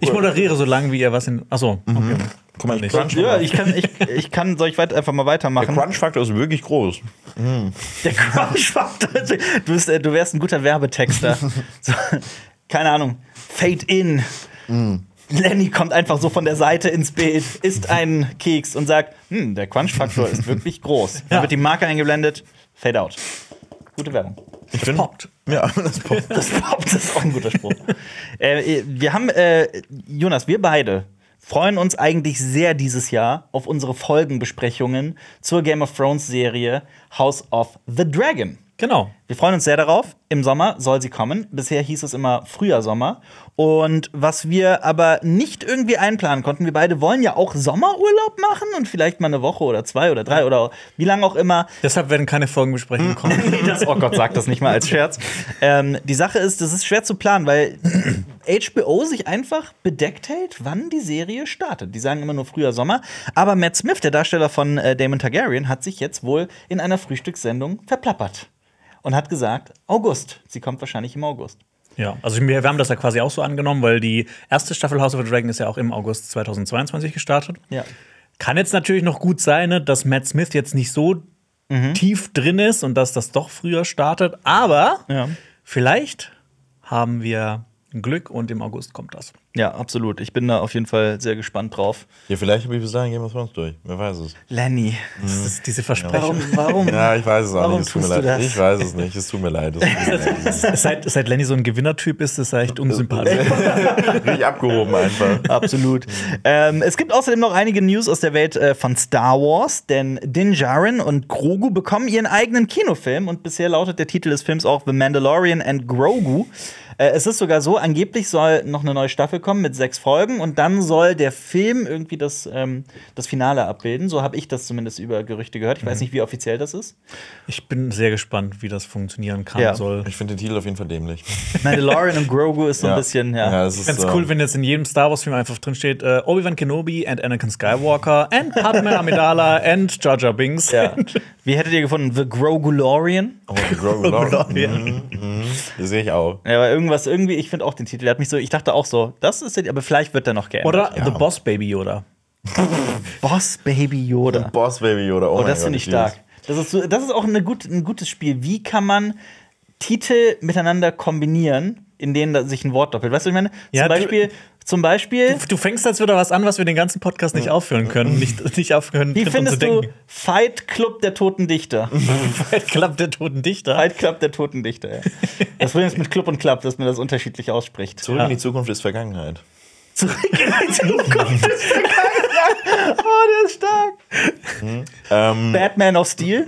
Ich moderiere so lange, wie ihr was in. Achso, okay. Guck mal, ich Nicht. crunch. Ja, ich kann, ich, ich kann, soll ich weit, einfach mal Der weitermachen? Crunch-Faktor ist wirklich groß. Der Crunch-Faktor. Du, bist, äh, du wärst ein guter Werbetexter. So, keine Ahnung. Fade in. Mm. Lenny kommt einfach so von der Seite ins Bild, isst einen Keks und sagt: Hm, der Crunch-Faktor ist wirklich groß. Dann Ja. wird die Marke eingeblendet. Fade out. Gute Werbung. Ich bin, poppt. Ja, das poppt. Das überhaupt das ist auch ein guter Spruch. äh, wir haben, äh, Jonas, wir beide freuen uns eigentlich sehr dieses Jahr auf unsere Folgenbesprechungen zur Game of Thrones Serie House of the Dragon. Genau. Wir freuen uns sehr darauf. Im Sommer soll sie kommen. Bisher hieß es immer früher Sommer. Und was wir aber nicht irgendwie einplanen konnten, wir beide wollen ja auch Sommerurlaub machen und vielleicht mal eine Woche oder zwei oder drei oder wie lange auch immer Deshalb werden keine Folgenbesprechungen kommen. das, oh Gott, sag das nicht mal als Scherz. Ähm, die Sache ist, das ist schwer zu planen, weil HBO sich einfach bedeckt hält, wann die Serie startet. Die sagen immer nur früher Sommer. Aber Matt Smith, der Darsteller von äh, Damon Targaryen, hat sich jetzt wohl in einer Frühstückssendung verplappert. Und hat gesagt, August. Sie kommt wahrscheinlich im August. Ja, also wir, wir haben das ja quasi auch so angenommen, weil die erste Staffel House of the Dragon ist ja auch im August 2022 gestartet. Ja. Kann jetzt natürlich noch gut sein, ne, dass Matt Smith jetzt nicht so Mhm. tief drin ist und dass das doch früher startet, aber Ja. vielleicht haben wir Glück und im August kommt das. Ja, absolut. Ich bin da auf jeden Fall sehr gespannt drauf. Ja, vielleicht habe ich bis dahin Game of Thrones durch. Wer weiß es. Lenny, Das ist diese Versprechung. warum, warum? Ja, ich weiß es auch Warum nicht. Es tut mir tust du leid. das? Ich weiß es nicht. Es tut mir leid. Es tut mir leid. seit, seit Lenny so ein Gewinnertyp ist, ist er echt unsympathisch. Richtig abgehoben einfach. Absolut. ähm, es gibt außerdem noch einige News aus der Welt äh, von Star Wars, denn Din Djarin und Grogu bekommen ihren eigenen Kinofilm und bisher lautet der Titel des Films auch The Mandalorian and Grogu. Äh, es ist sogar so, angeblich soll noch eine neue Staffel kommen mit sechs Folgen und dann soll der Film irgendwie das, ähm, das Finale abbilden. So habe ich das zumindest über Gerüchte gehört. Ich weiß nicht, wie offiziell das ist. Ich bin sehr gespannt, wie das funktionieren kann Ja. soll. Ich finde den Titel auf jeden Fall dämlich. Mandalorian und Grogu ist so ein bisschen, ja. es ist, Ganz ähm, cool, wenn jetzt in jedem Star Wars Film einfach drin steht äh, Obi-Wan Kenobi and Anakin Skywalker and Padme Amidala and Jar Jar Binks. ja. Wie hättet ihr gefunden? The Grogulorian? Oh, Grogu Mhm, mhm. Das sehe ich auch. Ja, aber irgendwas, irgendwie, ich finde auch den Titel. Der hat mich so, ich dachte auch so, das ist der, aber vielleicht wird er noch geändert. Oder Ja. The Boss Baby Yoda. Boss Baby Yoda. Boss Baby oder Oh, das finde ich stark. Das ist, so- das ist auch eine gut, ein gutes Spiel. Wie kann man Titel miteinander kombinieren, in denen da sich ein Wort doppelt? Weißt du, was ich meine? Ja, zum du- Beispiel, zum Beispiel Du fängst jetzt wieder was an, was wir den ganzen Podcast nicht aufhören können. Nicht, nicht aufhören wie drin dran findest du Fight Club der Toten Dichter? Fight Club der Toten Dichter. Fight Club der Toten Dichter, ja. Das Problem ist mit Club und Club, dass man das unterschiedlich ausspricht. Zurück in die Zukunft ist Vergangenheit. Zurück in die Zukunft ist vergangen. Oh, der ist stark. Batman of Steel.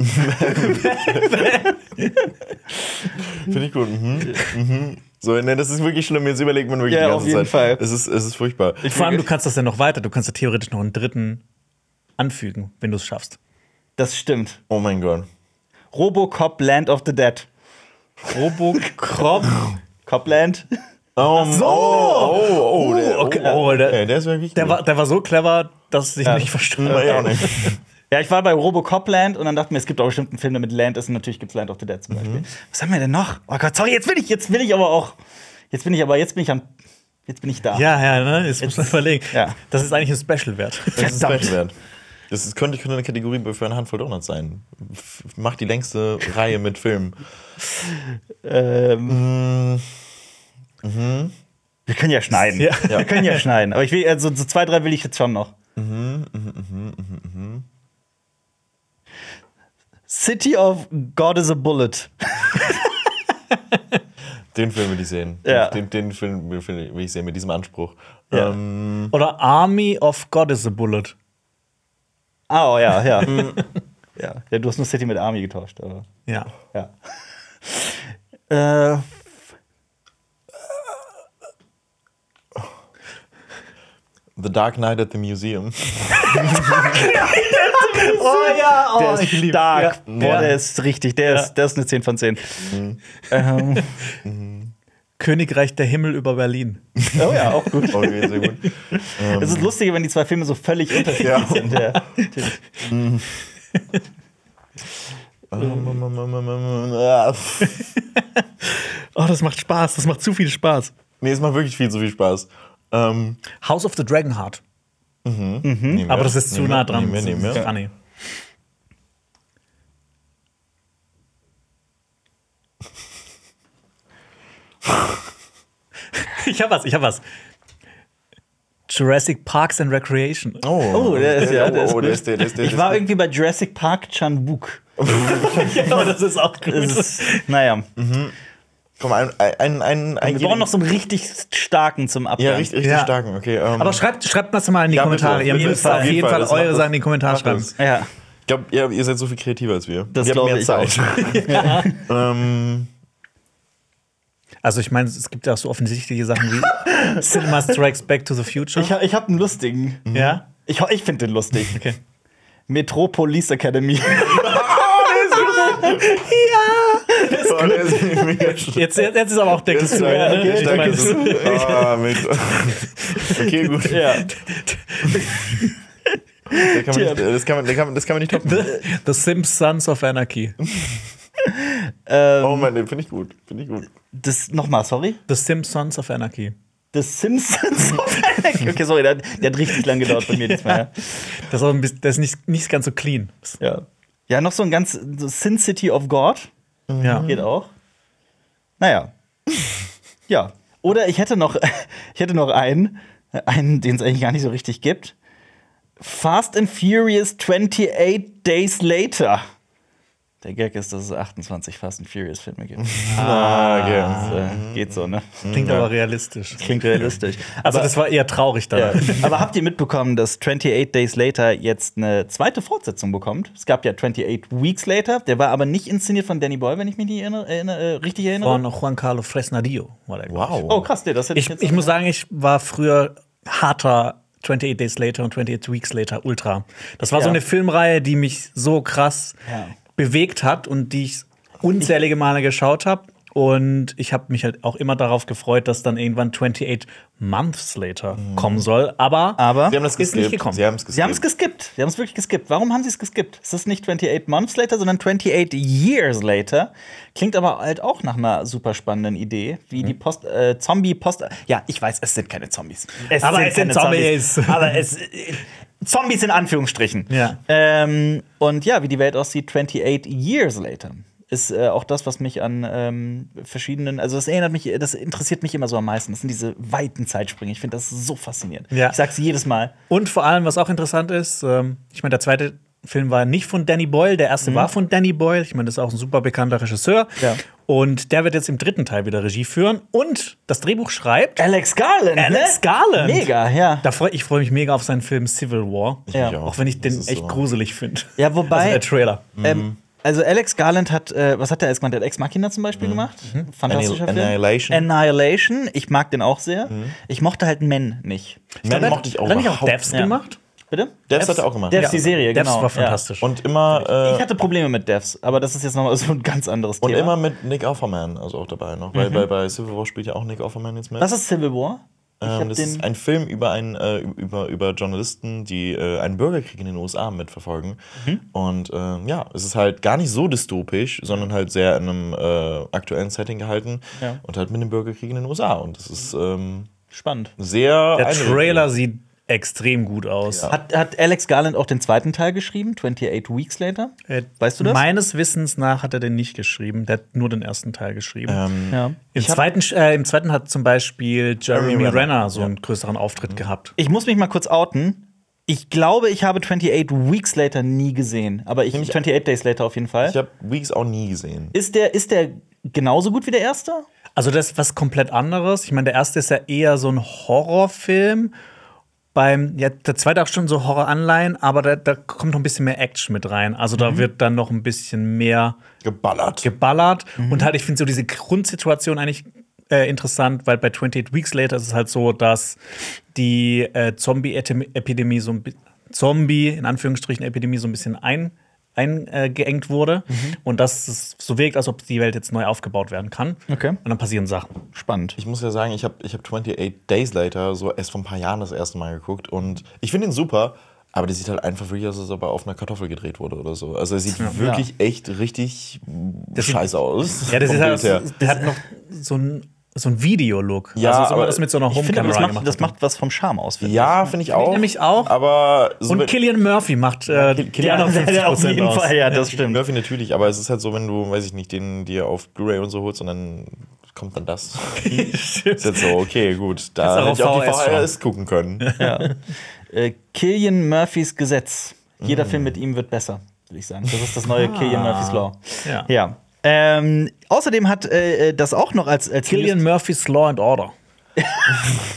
Finde ich gut. Mhm. Mhm. So, ne, das ist wirklich schlimm. Jetzt überlegt man wirklich Ja, die auf ganze jeden Zeit. Fall. Es ist, es ist furchtbar. Vor allem, du kannst das ja noch weiter. Du kannst ja theoretisch noch einen dritten anfügen, wenn du es schaffst. Das stimmt. oh mein Gott. Robocop Land of the Dead. Robocop Copland. Oh, so. oh, oh, oh, der, okay. Mhm. Oh, der- ey, der ist wirklich Der gut. war, der war so clever, dass ich ihn nicht verstanden War habe. ja auch nicht. Ja, ich war bei Robocop Land und dann dachte mir, es gibt auch bestimmt einen Film, der mit Land ist und natürlich gibt's Land of the Dead zum Beispiel. Was haben wir denn noch? Oh Gott, sorry, jetzt bin ich, jetzt bin ich aber auch. Jetzt bin ich aber, jetzt bin ich am. Jetzt bin ich da. Ja, ja, ne? Jetzt muss man überlegen. ja. Das ist eigentlich ein Special wert. Das ist Verdammt. Special wert. Das ist, könnte, könnte eine Kategorie für eine Handvoll Donuts sein. F mach die längste Reihe mit Filmen. Ähm, Wir können ja schneiden. Ja. Wir können ja schneiden. Aber ich will, also so zwei, drei will ich jetzt schon noch. City of God is a Bullet. Den Film will ich sehen. Ja. Den, den Film will will ich sehen mit diesem Anspruch. Ja. Ähm, Oder Army of God is a Bullet. Ah, oh, ja, ja. ja. Ja, du hast nur City mit Army getauscht, aber Ja. ja. Äh, The Dark Knight at the Museum. Oh ja, der ist stark. Ja. Boah, der ist richtig. Der, ist, der ist eine 10 von 10. Ähm, Königreich der Himmel über Berlin. oh ja, auch gut. Okay, sehr gut. Es ist lustig, wenn die zwei Filme so völlig unterschiedlich Ja. Ähm, sind. Ja. ähm, äh, nee, Oh, das macht Spaß. Das macht zu viel Spaß. es macht wirklich viel zu viel Spaß. Ähm, House of the Dragonheart. nehmen wir. Aber das ist zu Nehmen wir, nah dran. Nehmen wir, nehmen Das ist wir. funny. Ich hab was, ich hab was. Jurassic Parks and Recreation. Oh, Oh, der ist- ja, der ist oh, der ist der, der ist der. Ich war irgendwie bei Jurassic Park Chan-wook. Ja, aber das ist auch gut. Es ist- Naja. Komm, ein, ein, ein, ein Wir brauchen noch so einen richtig starken zum Abgang. Ja, richtig, richtig Ja. starken. Okay, ähm, aber schreibt, schreibt das mal in die Ja, bitte, Kommentare. Ihr auf jeden müsst Fall, auf auf jeden jeden Fall, Fall. Das eure macht- Sachen in die Kommentare macht schreiben. das. Ja. ich glaube, ihr, ihr seid so viel kreativer als wir. Das wir haben glaube mehr ich Zeit. Ähm, Also ich meine, es gibt ja auch so offensichtliche Sachen wie Cinema Strikes Back to the Future. Ich, ha- ich habe einen lustigen. ja. Ich, ho- ich finde den lustig. Okay. Metropolis Academy. Oh, der ist mega schlimm. Jetzt, jetzt, jetzt ist aber auch Der Deckel Mhm. ist zu. stark. Ja, Der ne? ist Ich meine, stark. Ah, mit- Okay, gut. ja. Der kann man nicht, das, kann man, der kann, man- das kann man nicht toppen. The Sims Sons of Anarchy. Ähm, Oh Mann, den finde ich gut. Finde ich gut. das nochmal, sorry. The Sims Sons of Anarchy. The Simpsons of Anarchy. Okay, sorry, der, hat- der hat richtig lang gedauert bei mir diesmal. Das ist, auch ein bisschen, das ist nicht, nicht ganz so clean. Das, Ja. ja. Ja, noch so ein ganz so Sin City of God. ja. Mhm. Geht auch. Naja. Ja. Oder ich hätte noch, ich hätte noch einen, einen, den es eigentlich gar nicht so richtig gibt. Fast and Furious 28 Days Later. Der Gag ist, dass es 28 Fast and Furious Filme gibt. Ah, okay. Das, äh, geht so, ne? Klingt aber realistisch. Klingt realistisch. Also das war eher traurig dann. Ja. Aber habt ihr mitbekommen, dass 28 Days Later jetzt eine zweite Fortsetzung bekommt? Es gab ja 28 Weeks Later, der war aber nicht inszeniert von Danny Boyle, wenn ich mich nicht erinnere, erinnere, äh, richtig erinnere. Von Juan Carlos Fresnadillo war der. Wow. oh, krass, nee, das hätte ich, Ich, jetzt ich muss sagen, ich war früher harter 28 Days Later und 28 Weeks Later Ultra. Das war so Ja. eine Filmreihe, die mich so krass Ja. bewegt hat und die ich unzählige Male geschaut habe. Und ich habe mich halt auch immer darauf gefreut, dass dann irgendwann 28 Months Later kommen soll. Aber, Mhm. Aber Sie haben das Ist nicht geskippt. gekommen. Sie haben es sie haben es geskippt. geskippt. Sie haben es wirklich geskippt. Warum haben sie es geskippt? Es ist nicht 28 Months Later, sondern 28 Years Later. Klingt aber halt auch nach einer super spannenden Idee, wie Mhm. die Post, äh, Zombie-Post. Ja, ich weiß, es sind keine Zombies. Aber es sind Zombies. Aber es. äh, Zombies in Anführungsstrichen. Ja. Ähm, und ja, wie die Welt aussieht, 28 Years later. Ist äh, auch das, was mich an ähm, verschiedenen, also das erinnert mich, das interessiert mich immer so am meisten. Das sind diese weiten Zeitsprünge. Ich finde das so faszinierend. Ja. Ich sag's jedes Mal. und vor allem, was auch interessant ist, ähm, ich meine, der zweite Film war nicht von Danny Boyle, der erste war von Danny Boyle. Ich meine, das ist auch ein super bekannter Regisseur. Mhm. Ja. Und der wird jetzt im dritten Teil wieder Regie führen und das Drehbuch schreibt Alex Garland. Alex ne? Garland. Mega, ja. Da freu, ich freue mich mega auf seinen Film Civil War. Ja. mich Auch wenn ich den Das ist echt so. gruselig finde. Ja, wobei- Also der Trailer. Mhm. Ähm, also Alex Garland hat, äh, was hat der Alex gemacht? Der hat Ex Machina zum Beispiel gemacht. Fantastischer Mhm. Annihil- Film. Annihilation. Mhm. Annihilation. Ich mag den auch sehr. Ich mochte halt Men nicht. Man mochte ich auch. Hat er nicht auch überhaupt Devs Ja. gemacht? Bitte? Devs hat er auch gemacht. Devs, die Serie, Devs genau. war Ja. fantastisch. Und immer, Ich äh, hatte Probleme mit Devs, aber das ist jetzt nochmal so ein ganz anderes und Thema. immer mit Nick Offerman, also auch dabei noch. Weil bei, bei Civil War spielt ja auch Nick Offerman jetzt mit. Was ist Civil War? Ich hab ähm, das ist ein Film über, einen, äh, über, über Journalisten, die äh, einen Bürgerkrieg in den USA mitverfolgen. Mhm. Und ähm, ja, es ist halt gar nicht so dystopisch, sondern halt sehr in einem äh, aktuellen Setting gehalten Ja. und halt mit dem Bürgerkrieg in den USA. Und das ist ähm, spannend. sehr. Der eindrücklich. Trailer sieht extrem gut aus. Hat, hat Alex Garland auch den zweiten Teil geschrieben, 28 Weeks Later? Äh, Weißt du das? Meines Wissens nach hat er den nicht geschrieben. Der hat nur den ersten Teil geschrieben. Ähm, ja. Im, zweiten, äh, Im zweiten hat zum Beispiel Jeremy Renner, Renner. so einen größeren Auftritt gehabt. Ich muss mich mal kurz outen. Ich glaube, ich habe 28 Weeks Later nie gesehen, aber ich 28 Days Later auf jeden Fall. Ich habe Weeks auch nie gesehen. Ist der, ist der genauso gut wie der erste? Also das ist was komplett anderes. Ich meine, der erste ist ja eher so ein Horrorfilm. Beim, ja, der zweite hat schon so Horroranleihen, aber da, da kommt noch ein bisschen mehr Action mit rein. Also da wird dann noch ein bisschen mehr Geballert. geballert. Mhm. Und halt, ich finde so diese Grundsituation eigentlich äh, interessant, weil bei 28 Weeks Later ist es halt so, dass die äh, Zombie-Epidemie so ein bi- Zombie, in Anführungsstrichen, Epidemie so ein bisschen ein eingeengt wurde Mhm. und dass es so wirkt, als ob die Welt jetzt neu aufgebaut werden kann. Okay. Und dann passieren Sachen. Spannend. Ich muss ja sagen, ich habe ich hab 28 Days Later so erst vor ein paar Jahren das erste Mal geguckt und ich finde ihn super, aber der sieht halt einfach wirklich aus, als ob er auf einer Kartoffel gedreht wurde oder so. Also er sieht wirklich echt richtig sieht- scheiße aus. Ja, das vom ist halt, Bild her. der hat noch so ein, so ein Videolook. Ja, also so aber- das mit so einer Ich finde, aber das Homekamera macht, gemacht. das macht Also was vom Charme aus. finde Ja, finde ich auch. nämlich auch. Aber hat. so und wenn- Killian Murphy macht äh, die anderen 50 auf jeden aus. Fall, ja, das stimmt. Murphy ne, natürlich, aber es ist halt so, wenn du, weiß ich nicht, den dir auf Blu-ray und so holst und dann kommt dann das. ist jetzt so, okay, gut. Da hätte Kannst ich auch auch die VHS schauen. VHS gucken können. Äh, Killian Murphys Gesetz. Jeder Film mit ihm wird besser, würde ich sagen. Das ist das neue Killian Murphys Law. Ja. ja. Ähm, außerdem hat äh, das auch noch als, als Killian Murphys Law and Order.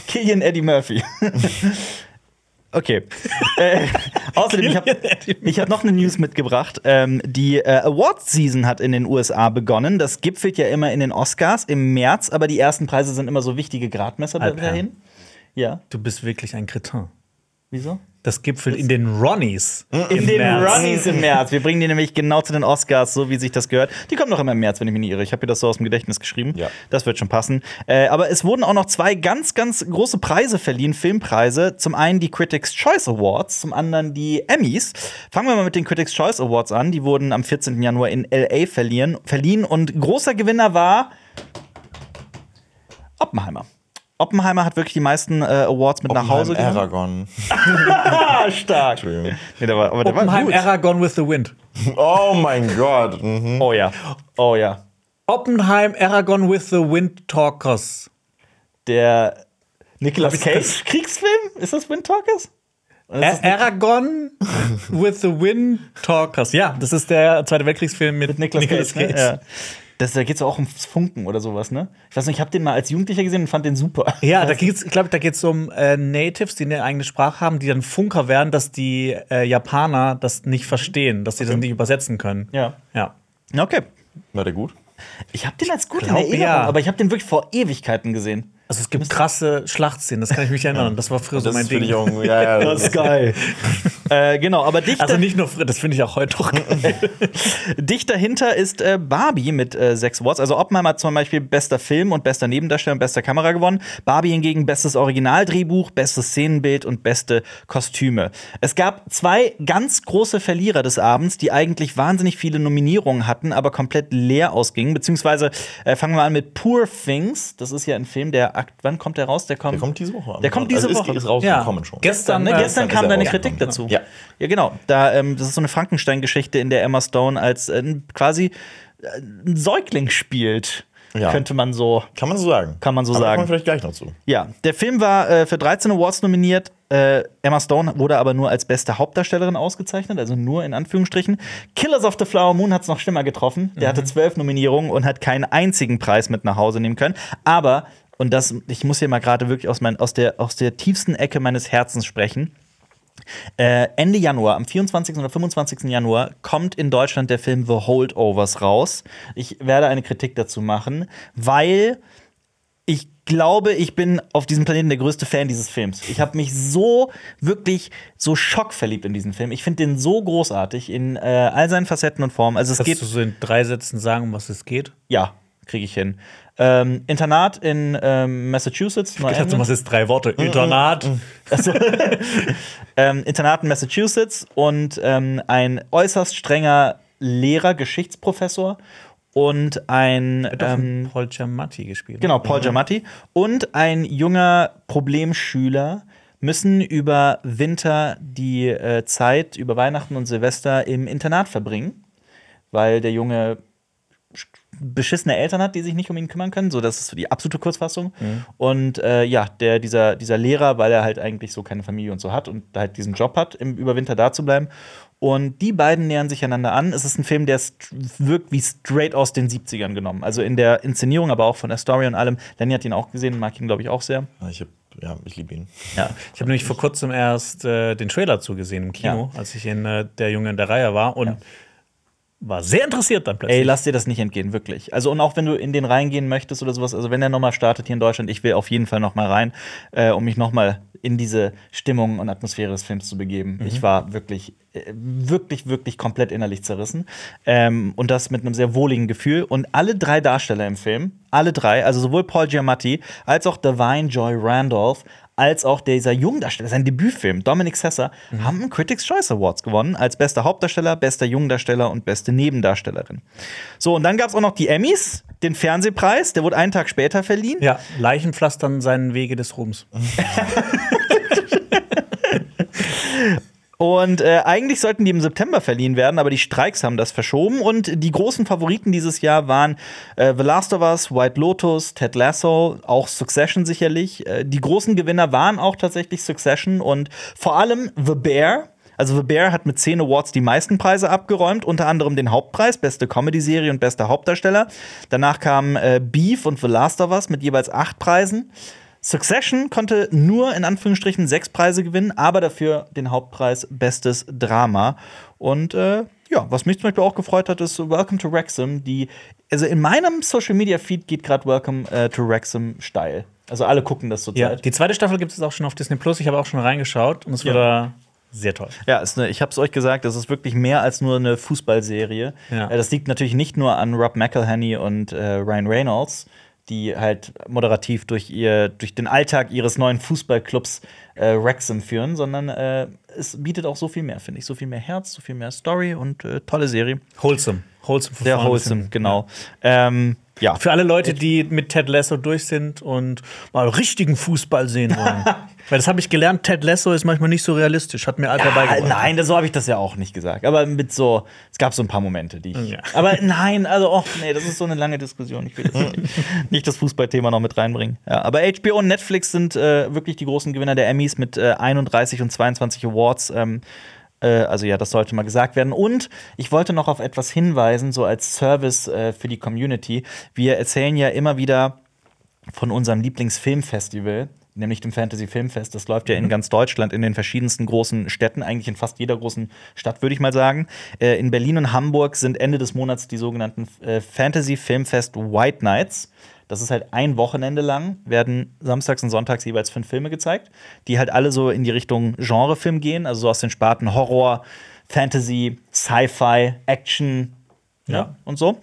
Killian Eddie Murphy. Okay. äh, außerdem, ich habe ich hab noch eine News mitgebracht. Ähm, die äh, Awards-Season hat in den USA begonnen. Das gipfelt ja immer in den Oscars im März, aber die ersten Preise sind immer so wichtige Gradmesser Alper. dahin. Ja, Du bist wirklich ein Kretin. wieso? Das gipfelt in den Ronnies. In im den März. Runnies im März. Wir bringen die nämlich genau zu den Oscars, so wie sich das gehört. Die kommen noch immer im März, wenn ich mich nicht irre. Ich habe mir das so aus dem Gedächtnis geschrieben. Ja. Das wird schon passen. Äh, aber es wurden auch noch zwei ganz, ganz große Preise verliehen, Filmpreise. Zum einen die Critics' Choice Awards, zum anderen die Emmys. Fangen wir mal mit den Critics' Choice Awards an. Die wurden am 14. Januar in L.A. verliehen. verliehen. Und großer Gewinner war Oppenheimer. Oppenheimer hat wirklich die meisten äh, Awards mit nach Hause Oppenheim, genommen. Aragon. Ah, stark. Entschuldigung. Nee, der war, aber der war Oppenheim gut. Aragon with the Wind. Oh mein Gott. Mhm. Oh ja. Oh ja. Oppenheim Aragon with the Wind Talkers. Der Nicolas Hab ich das- Äh, Cage Kriegsfilm? Ist das Wind Talkers? A Aragon with the Wind Talkers. Ja, das ist der Zweite Weltkriegsfilm mit, Nicolas, Cage. Ne? Ja. Das, da geht es auch ums Funken oder sowas, ne? Ich weiß nicht, ich habe den mal als Jugendlicher gesehen und fand den super. Ja, da geht's, ich glaube, da geht's um äh, Natives, die eine eigene Sprache haben, die dann Funker werden, dass die äh, Japaner das nicht verstehen, dass die das nicht übersetzen können. Ja. Ja. Okay. War der gut? Ich habe den als gut glaub, in Erinnerung, ja. aber ich habe den wirklich vor Ewigkeiten gesehen. Also es gibt krasse Schlachtszenen, das kann ich mich erinnern. Das war früher so Das mein finde Ding. ich auch. Ja, ja, das ist- geil. äh, genau, aber dicht, also nicht nur früher, das finde ich auch heute noch. geil. dicht dahinter ist äh, Barbie mit äh, sechs Awards. Also Oppenheimer hat zum Beispiel bester Film und bester Nebendarsteller und bester Kamera gewonnen. Barbie hingegen bestes Originaldrehbuch, bestes Szenenbild und beste Kostüme. Es gab zwei ganz große Verlierer des Abends, die eigentlich wahnsinnig viele Nominierungen hatten, aber komplett leer ausgingen. Beziehungsweise äh, fangen wir an mit Poor Things. Das ist ja ein Film, der akt wann kommt der raus? Der kommt, Der kommt diese Woche. an. Der kommt diese also Woche. Ist, ist rausgekommen schon. Gestern, Ne, äh, gestern ist er kam deine rausgekommen, Kritik dazu. Ja. ja genau. Da, ähm, das ist so eine Frankenstein-Geschichte, in der Emma Stone als äh, quasi äh, ein Säugling spielt. Ja. Könnte man so. Kann man so sagen. Kann man so Aber da sagen. Kommen wir vielleicht gleich noch zu. Ja, der Film war äh, für 13 Awards nominiert. Äh, Emma Stone wurde aber nur als beste Hauptdarstellerin ausgezeichnet, also nur in Anführungsstrichen. Killers of the Flower Moon hat es noch schlimmer getroffen. Der Mhm. hatte zwölf Nominierungen und hat keinen einzigen Preis mit nach Hause nehmen können. Aber, und das, ich muss hier mal gerade wirklich aus, mein, aus, der, aus der tiefsten Ecke meines Herzens sprechen. Äh, Ende Januar, am 24. oder 25. Januar, kommt in Deutschland der Film The Holdovers raus. Ich werde eine Kritik dazu machen, weil ich glaube, ich bin auf diesem Planeten der größte Fan dieses Films. Ich habe mich so wirklich so schockverliebt in diesen Film. Ich finde den so großartig in äh, all seinen Facetten und Formen. Also es Kannst geht du so in drei Sätzen sagen, um was es geht? ja, kriege ich hin. Ähm, Internat in ähm, Massachusetts. Ich dachte, Neuengland. was ist drei Worte? Internat. ähm, Internat in Massachusetts und ähm, ein äußerst strenger Lehrer, Geschichtsprofessor und ein Hat doch ähm, von Paul Giamatti gespielt. Genau, Paul Giamatti. Und ein junger Problemschüler müssen über Winter die äh, Zeit, über Weihnachten und Silvester im Internat verbringen, weil der Junge sch- beschissene Eltern hat, die sich nicht um ihn kümmern können. So, das ist so die absolute Kurzfassung. Und äh, ja, der, dieser, dieser Lehrer, weil er halt eigentlich so keine Familie und so hat und halt diesen Job hat, im Überwinter da zu bleiben. Und die beiden nähern sich einander an. Es ist ein Film, der st- wirkt wie straight aus den 70ern genommen. Also in der Inszenierung, aber auch von der Story und allem. Lenny hat ihn auch gesehen, mag ihn, glaube ich, auch sehr. Ah, Ich hab, ja, ich liebe ihn. Ja. Ich habe nämlich vor kurzem erst äh, den Trailer zugesehen im Kino, als ich in äh, der Junge in der Reihe war und war sehr interessiert dann plötzlich. Ey, lass dir das nicht entgehen, wirklich. Also, und auch wenn du in den reingehen möchtest oder sowas, also wenn der nochmal startet hier in Deutschland, ich will auf jeden Fall nochmal rein, äh, um mich nochmal in diese Stimmung und Atmosphäre des Films zu begeben. Ich war wirklich, äh, wirklich, wirklich komplett innerlich zerrissen. Ähm, und das mit einem sehr wohligen Gefühl. Und alle drei Darsteller im Film, alle drei, also sowohl Paul Giamatti als auch Divine Joy Randolph, als auch dieser Jungdarsteller, sein Debütfilm, Dominic Sessa, haben einen Critics' Choice Awards gewonnen als bester Hauptdarsteller, bester Jungdarsteller und beste Nebendarstellerin. So, und dann gab es auch noch die Emmys, den Fernsehpreis, der wurde einen Tag später verliehen. ja, Leichen pflastern seinen Wege des Ruhms. Und äh, eigentlich sollten die im September verliehen werden, aber die Streiks haben das verschoben. Und die großen Favoriten dieses Jahr waren äh, The Last of Us, White Lotus, Ted Lasso, auch Succession sicherlich. Äh, die großen Gewinner waren auch tatsächlich Succession und vor allem The Bear. Also The Bear hat mit 10 Awards die meisten Preise abgeräumt, unter anderem den Hauptpreis, beste Comedy-Serie und bester Hauptdarsteller. Danach kamen äh, Beef und The Last of Us mit jeweils acht Preisen. Succession konnte nur in Anführungsstrichen sechs Preise gewinnen, aber dafür den Hauptpreis Bestes Drama. Und äh, ja, was mich zum Beispiel auch gefreut hat, ist Welcome to Wrexham, die, also in meinem Social Media Feed geht gerade Welcome äh, to Wrexham steil. Also alle gucken das Ja, zurzeit. die zweite Staffel gibt es auch schon auf Disney Plus. Ich habe auch schon reingeschaut und es war da sehr toll. Ja, ist ne, ich habe es euch gesagt, das ist wirklich mehr als nur eine Fußballserie. Ja. Äh, Das liegt natürlich nicht nur an Rob McElhenney und äh, Ryan Reynolds, die halt moderativ durch, ihr, durch den Alltag ihres neuen Fußballclubs äh, Wrexham führen, sondern äh, es bietet auch so viel mehr, finde ich. So viel mehr Herz, so viel mehr Story und äh, tolle Serie. Wholesome. Wholesome von Sehr vorne bis wholesome, hinten. genau. Ähm, ja. Für alle Leute, die mit Ted Lasso durch sind und mal richtigen Fußball sehen wollen. Weil das habe ich gelernt, Ted Lasso ist manchmal nicht so realistisch, hat mir Alter Ah, beigebracht. nein, das- so habe ich das ja auch nicht gesagt. Aber mit so, es gab so ein paar Momente, die ich. Ja. Aber nein, also, oh, nee, das ist so eine lange Diskussion. Ich will das nicht, nicht das Fußballthema noch mit reinbringen. Ja, aber HBO und Netflix sind äh, wirklich die großen Gewinner der Emmys mit äh, 31 und 22 Awards. Ähm, äh, also ja, das sollte mal gesagt werden. Und ich wollte noch auf etwas hinweisen, so als Service äh, für die Community. Wir erzählen ja immer wieder von unserem Lieblingsfilmfestival, nämlich dem Fantasy Filmfest. Das läuft ja in ganz Deutschland, in den verschiedensten großen Städten, eigentlich in fast jeder großen Stadt, würde ich mal sagen. Äh, in Berlin und Hamburg sind Ende des Monats die sogenannten äh, Fantasy Filmfest White Nights. Das ist halt ein Wochenende lang, werden samstags und sonntags jeweils fünf Filme gezeigt, die halt alle so in die Richtung Genrefilm gehen, also so aus den Sparten Horror, Fantasy, Sci-Fi, Action ja. und so.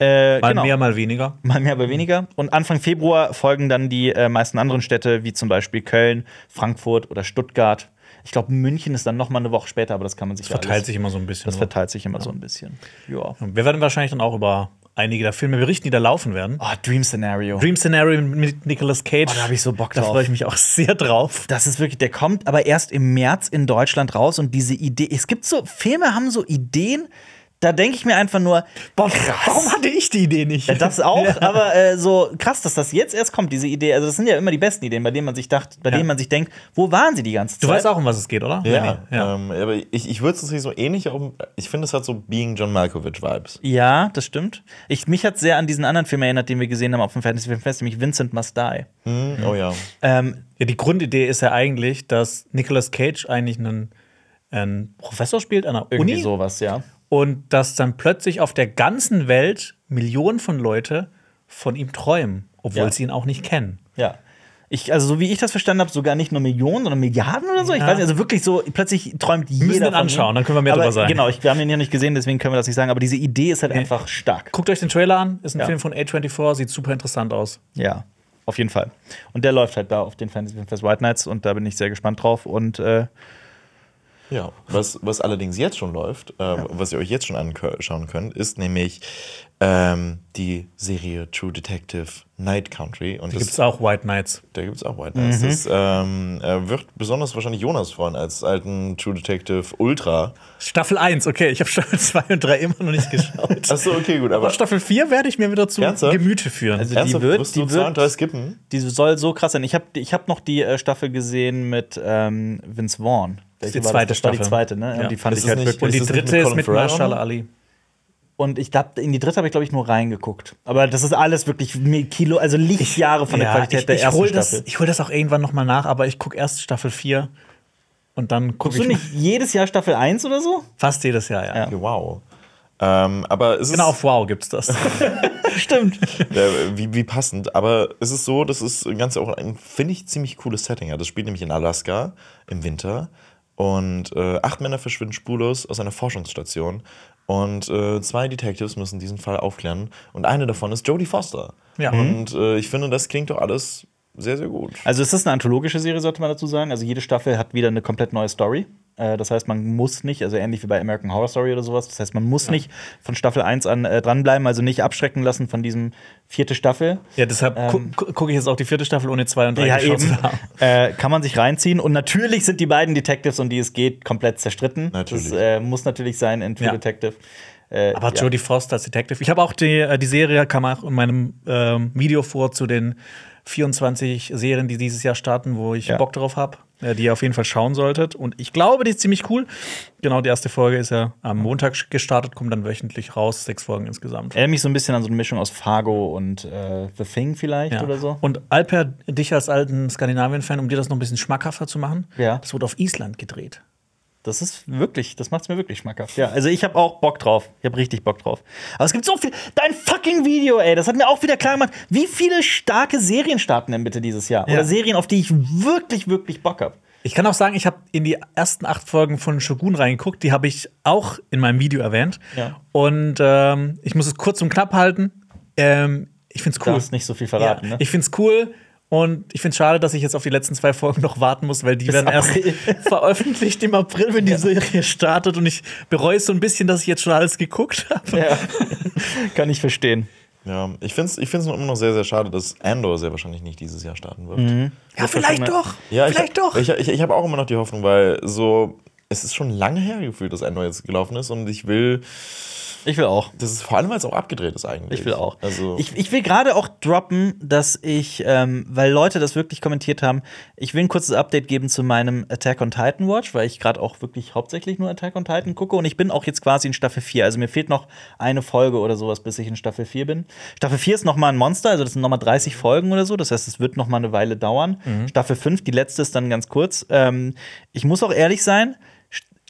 Äh, Mal mehr, mal weniger. mal mehr, aber weniger. Und Anfang Februar folgen dann die äh, meisten anderen Städte, wie zum Beispiel Köln, Frankfurt oder Stuttgart. Ich glaube, München ist dann noch mal eine Woche später, aber das kann man sich ja Verteilt alles- sich immer so ein bisschen. Das nur. verteilt sich immer so ein bisschen. Ja. Wir werden wahrscheinlich dann auch über einige der Filme berichten, die da laufen werden. Oh, Dream Scenario. Dream Scenario mit Nicolas Cage. Oh, da hab ich so Bock Da drauf. freue ich mich auch sehr drauf. Das ist wirklich, der kommt aber erst im März in Deutschland raus und diese Idee. Es gibt so, Filme haben so Ideen, da denke ich mir einfach nur, boah, Warum hatte ich die Idee nicht? Ja, Das auch, aber äh, so krass, dass das jetzt erst kommt, diese Idee. Also, das sind ja immer die besten Ideen, bei denen man sich dacht, bei denen man sich denkt, wo waren sie die ganze Zeit? du weißt auch, um was es geht, oder? Ja, Lenny? ja. Ähm, aber ich, ich würde es nicht so ähnlich, aber ich finde, es hat so Being John Malkovich-Vibes. Ja, das stimmt. Ich, mich hat sehr an diesen anderen Film erinnert, den wir gesehen haben auf dem Fantasy Film Fest, nämlich Vincent Must Die. Mhm. Hm, Oh ja. Ähm, Ja, die Grundidee ist ja eigentlich, dass Nicolas Cage eigentlich einen, einen Professor spielt an der irgendwie Uni sowas, ja. und dass dann plötzlich auf der ganzen Welt Millionen von Leute von ihm träumen, obwohl Ja. sie ihn auch nicht kennen. Ja. Ich, also, so wie ich das verstanden habe, sogar nicht nur Millionen, sondern Milliarden oder so. Ich Ja. weiß nicht, also wirklich so, plötzlich träumt jeder. müssen den von ihm. anschauen, dann können wir mehr aber, drüber sagen. Genau, ich, wir haben den ja nicht gesehen, deswegen können wir das nicht sagen, aber diese Idee ist halt einfach stark. Guckt euch den Trailer an, ist ein Ja. Film von A24, sieht super interessant aus. Ja, auf jeden Fall. Und der läuft halt da auf den Fantasy Filmfest White Nights und da bin ich sehr gespannt drauf. Und äh, Ja, was, was allerdings jetzt schon läuft, äh, was ihr euch jetzt schon anschauen könnt, ist nämlich ähm, die Serie True Detective Night Country. Und Da das- gibt es auch White Nights. da gibt es auch White Mhm. Nights. Das ähm, äh, wird besonders wahrscheinlich Jonas freuen, als alten True Detective Ultra. Staffel 1, okay, ich habe Staffel 2 und 3 immer noch nicht geschaut. Achso, okay, gut, aber. Aber Staffel 4 werde ich mir wieder zu Ernsthaft? Gemüte führen. Also die Ernsthaft, wird, wirst du die zwei und drei wird, skippen? die soll so krass sein. Ich habe ich hab noch die äh, Staffel gesehen mit ähm, Vince Vaughn. ist Welche die war zweite das? das war die Staffel. zweite, ne? Ja. Und die fand Ist ich es halt nicht- wirklich. und die ist das mit dritte ist Colin mit Farrell Marshall noch? Ali. Und ich glaube, in die dritte habe ich, glaube ich, nur reingeguckt. Aber das ist alles wirklich mi- Kilo, also Lichtjahre von der Qualität ich, der ich ersten hol das, Staffel. Ich hole das auch irgendwann nochmal nach, aber ich gucke erst Staffel 4 und dann gucke Guckst ich du nicht jedes Jahr Staffel 1 oder so? fast jedes Jahr, ja. Ja. Okay, Wow. Ähm, aber es ist Genau, auf Wow gibt's das. Stimmt. äh, wie, wie passend, aber es ist so, das ist ganz auch ein, finde ich, ziemlich cooles Setting. hat. Das spielt nämlich in Alaska im Winter und äh, acht Männer verschwinden spurlos aus einer Forschungsstation und äh, zwei Detectives müssen diesen Fall aufklären und eine davon ist Jodie Foster. Ja. Mhm. Und äh, ich finde, das klingt doch alles sehr, sehr gut. Also es ist eine anthologische Serie, sollte man dazu sagen. Also jede Staffel hat wieder eine komplett neue Story. Äh, Das heißt, man muss nicht, also ähnlich wie bei American Horror Story oder sowas, das heißt, man muss nicht von Staffel 1 an äh, dranbleiben, also nicht abschrecken lassen von diesem vierte Staffel. ja, deshalb Ähm. gucke guck ich jetzt auch die vierte Staffel ohne 2 und 3 Äh, kann man sich reinziehen. Und natürlich sind die beiden Detectives, um die es geht, komplett zerstritten. Natürlich. Das äh, muss natürlich sein in True Ja. Detective. Äh, Aber Jodie Foster als Detective. Ich habe auch die, äh, die Serie, kam auch in meinem ähm, Video vor zu den 24 Serien, die dieses Jahr starten, wo ich Ja. Bock drauf habe, äh, die ihr auf jeden Fall schauen solltet. Und ich glaube, die ist ziemlich cool. Genau, die erste Folge ist ja am Montag gestartet, kommt dann wöchentlich raus, sechs Folgen insgesamt. Erinnert mich so ein bisschen an so eine Mischung aus Fargo und äh, The Thing vielleicht Ja. oder so. Und Alper, dich als alten Skandinavien-Fan, um dir das noch ein bisschen schmackhafter zu machen, Ja. das wurde auf Island gedreht. Das ist wirklich, das macht's mir wirklich schmackhaft. Ja, also ich habe auch Bock drauf. Ich habe richtig Bock drauf. Aber es gibt so viel. Dein fucking Video, ey, das hat mir auch wieder klar gemacht, wie viele starke Serien starten denn bitte dieses Jahr? Ja. Oder Serien, auf die ich wirklich, wirklich Bock habe. Ich kann auch sagen, ich habe in die ersten acht Folgen von Shogun reingeguckt. Die habe ich auch in meinem Video erwähnt. Ja. Und ähm, ich muss es kurz und knapp halten. Ähm, ich finde es cool. darfst nicht so viel verraten, ne? Ich finde es cool. Und ich finde es schade, dass ich jetzt auf die letzten zwei Folgen noch warten muss, weil die werden April. erst veröffentlicht im April, wenn die Serie startet. Und ich bereue es so ein bisschen, dass ich jetzt schon alles geguckt habe. Ja. Kann ich verstehen. Ja, ich finde es ich find's nur immer noch sehr, sehr schade, dass Andor sehr wahrscheinlich nicht dieses Jahr starten wird. Ja, vielleicht doch. Ja, ich- Mhm. vielleicht doch. Ich, ich, ich habe auch immer noch die Hoffnung, weil so, es ist schon lange her gefühlt, dass Andor jetzt gelaufen ist und ich will. Ich will auch. Das ist vor allem, weil es auch abgedreht ist eigentlich. Ich will auch. Also, ich, ich will gerade auch droppen, dass ich, ähm, weil Leute das wirklich kommentiert haben, ich will ein kurzes Update geben zu meinem Attack on Titan Watch, weil ich gerade auch wirklich hauptsächlich nur Attack on Titan gucke und ich bin auch jetzt quasi in Staffel 4. Also mir fehlt noch eine Folge oder sowas, bis ich in Staffel 4 bin. Staffel 4 ist nochmal ein Monster, also das sind nochmal 30 Folgen oder so. Das heißt, es wird nochmal eine Weile dauern. Staffel 5, die letzte ist dann ganz kurz. Ähm, ich muss auch ehrlich sein,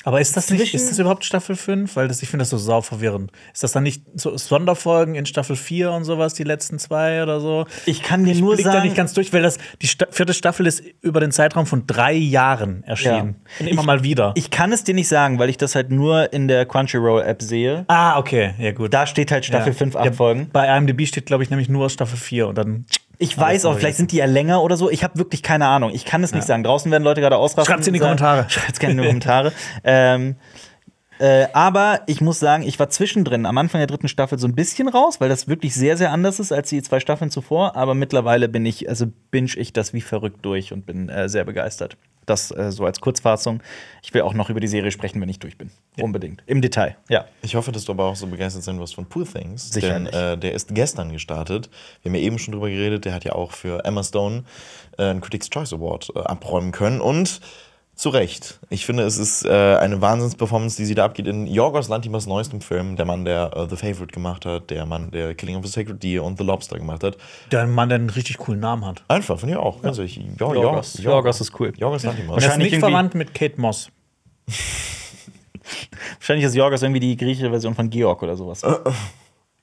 Aber ist das nicht, Zwischen- ist das überhaupt Staffel 5? Weil das, ich finde das so sau verwirrend. Ist das dann nicht so Sonderfolgen in Staffel 4 und sowas, die letzten zwei oder so? ich kann dir Ich nur blick da sagen. nicht ganz durch, weil das, die Sta vierte Staffel ist über den Zeitraum von drei Jahren erschienen. Ja. Und immer mal wieder. ich kann es dir nicht sagen, weil ich das halt nur in der Crunchyroll-App sehe. ah, okay, ja gut. Da steht halt Staffel ja. 5 Ja, Abfolgen. bei IMDb steht, glaube ich, nämlich nur Staffel 4 und dann Ich weiß auch, vielleicht sind die ja länger oder so. Ich habe wirklich keine Ahnung. Ich kann es nicht sagen. Draußen werden Leute gerade ausrasten. Schreibt's in die und sagen- Kommentare. Schreibt's gerne in die Kommentare. ähm, äh, aber ich muss sagen, ich war zwischendrin am Anfang der dritten Staffel so ein bisschen raus, weil das wirklich sehr, sehr anders ist als die zwei Staffeln zuvor. Aber mittlerweile bin ich, also binge ich das wie verrückt durch und bin äh, sehr begeistert. Das äh, so als Kurzfassung. Ich will auch noch über die Serie sprechen, wenn ich durch bin. Unbedingt. Im Detail. Ja. ich hoffe, dass du aber auch so begeistert sein wirst von Poor Things. denn Sicherlich. äh, der ist gestern gestartet. Wir haben ja eben schon drüber geredet. Der hat ja auch für Emma Stone äh, einen Critics' Choice Award äh, abräumen können. Und zu Recht. Ich finde, es ist äh, eine Wahnsinnsperformance, die sie da abgeht in Yorgos Lantimos neuestem Film. Der Mann, der äh, The Favorite gemacht hat, der Mann, der Killing of a Sacred Deer und The Lobster gemacht hat. der Mann dann einen richtig coolen Namen hat. Einfach, finde ich auch. Ganz ehrlich. Jo- Jorgos. Jo- Jorgos ist cool. Jorgos Lantimos. Und er ist Wahrscheinlich nicht irgendwie- verwandt mit Kate Moss. Wahrscheinlich ist Jorgos irgendwie die griechische Version von Georg oder sowas.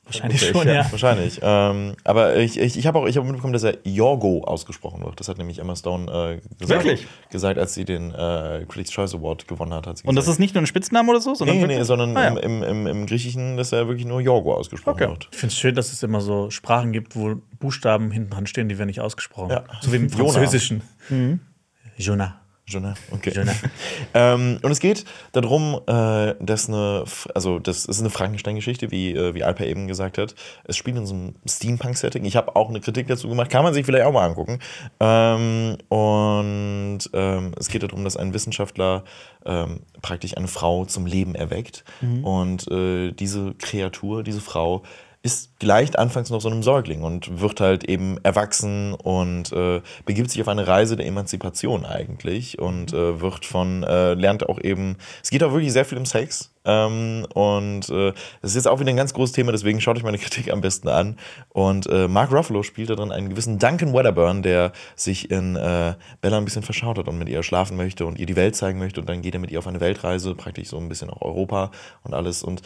Wahrscheinlich schon, ja. Wahrscheinlich. Ähm, aber ich, ich, ich habe auch ich hab mitbekommen, dass er Yorgo ausgesprochen wird. Das hat nämlich Emma Stone äh, gesagt, Wirklich? gesagt, als sie den äh, Critics' Choice Award gewonnen hat. hat sie Und das gesagt, ist nicht nur ein Spitzname oder so, sondern. Nee, nee, wirklich- sondern Ah, ja. im, im, im, im Griechischen, dass er wirklich nur Yorgo ausgesprochen Okay. wird. Ich finde es schön, dass es immer so Sprachen gibt, wo Buchstaben hinten dran stehen, die werden nicht ausgesprochen. Ja. So wie im Jonah. Französischen. Jonah. Jonah, okay. Jonah. ähm, und es geht darum, äh, dass eine, F- also das ist eine Frankenstein-Geschichte, wie, äh, wie Alper eben gesagt hat. Es spielt in so einem Steampunk-Setting. Ich habe auch eine Kritik dazu gemacht, kann man sich vielleicht auch mal angucken. Ähm, und ähm, es geht darum, dass ein Wissenschaftler ähm, praktisch eine Frau zum Leben erweckt. Und äh, diese Kreatur, diese Frau, ist gleicht anfangs noch so einem Säugling und wird halt eben erwachsen und äh, begibt sich auf eine Reise der Emanzipation eigentlich und äh, wird von, äh, lernt auch eben, es geht auch wirklich sehr viel um Sex ähm, und äh, das ist jetzt auch wieder ein ganz großes Thema, deswegen schaut euch meine Kritik am besten an und äh, Mark Ruffalo spielt darin einen gewissen Duncan Wedderburn, der sich in äh, Bella ein bisschen verschaut hat und mit ihr schlafen möchte und ihr die Welt zeigen möchte und dann geht er mit ihr auf eine Weltreise, praktisch so ein bisschen auch Europa und alles und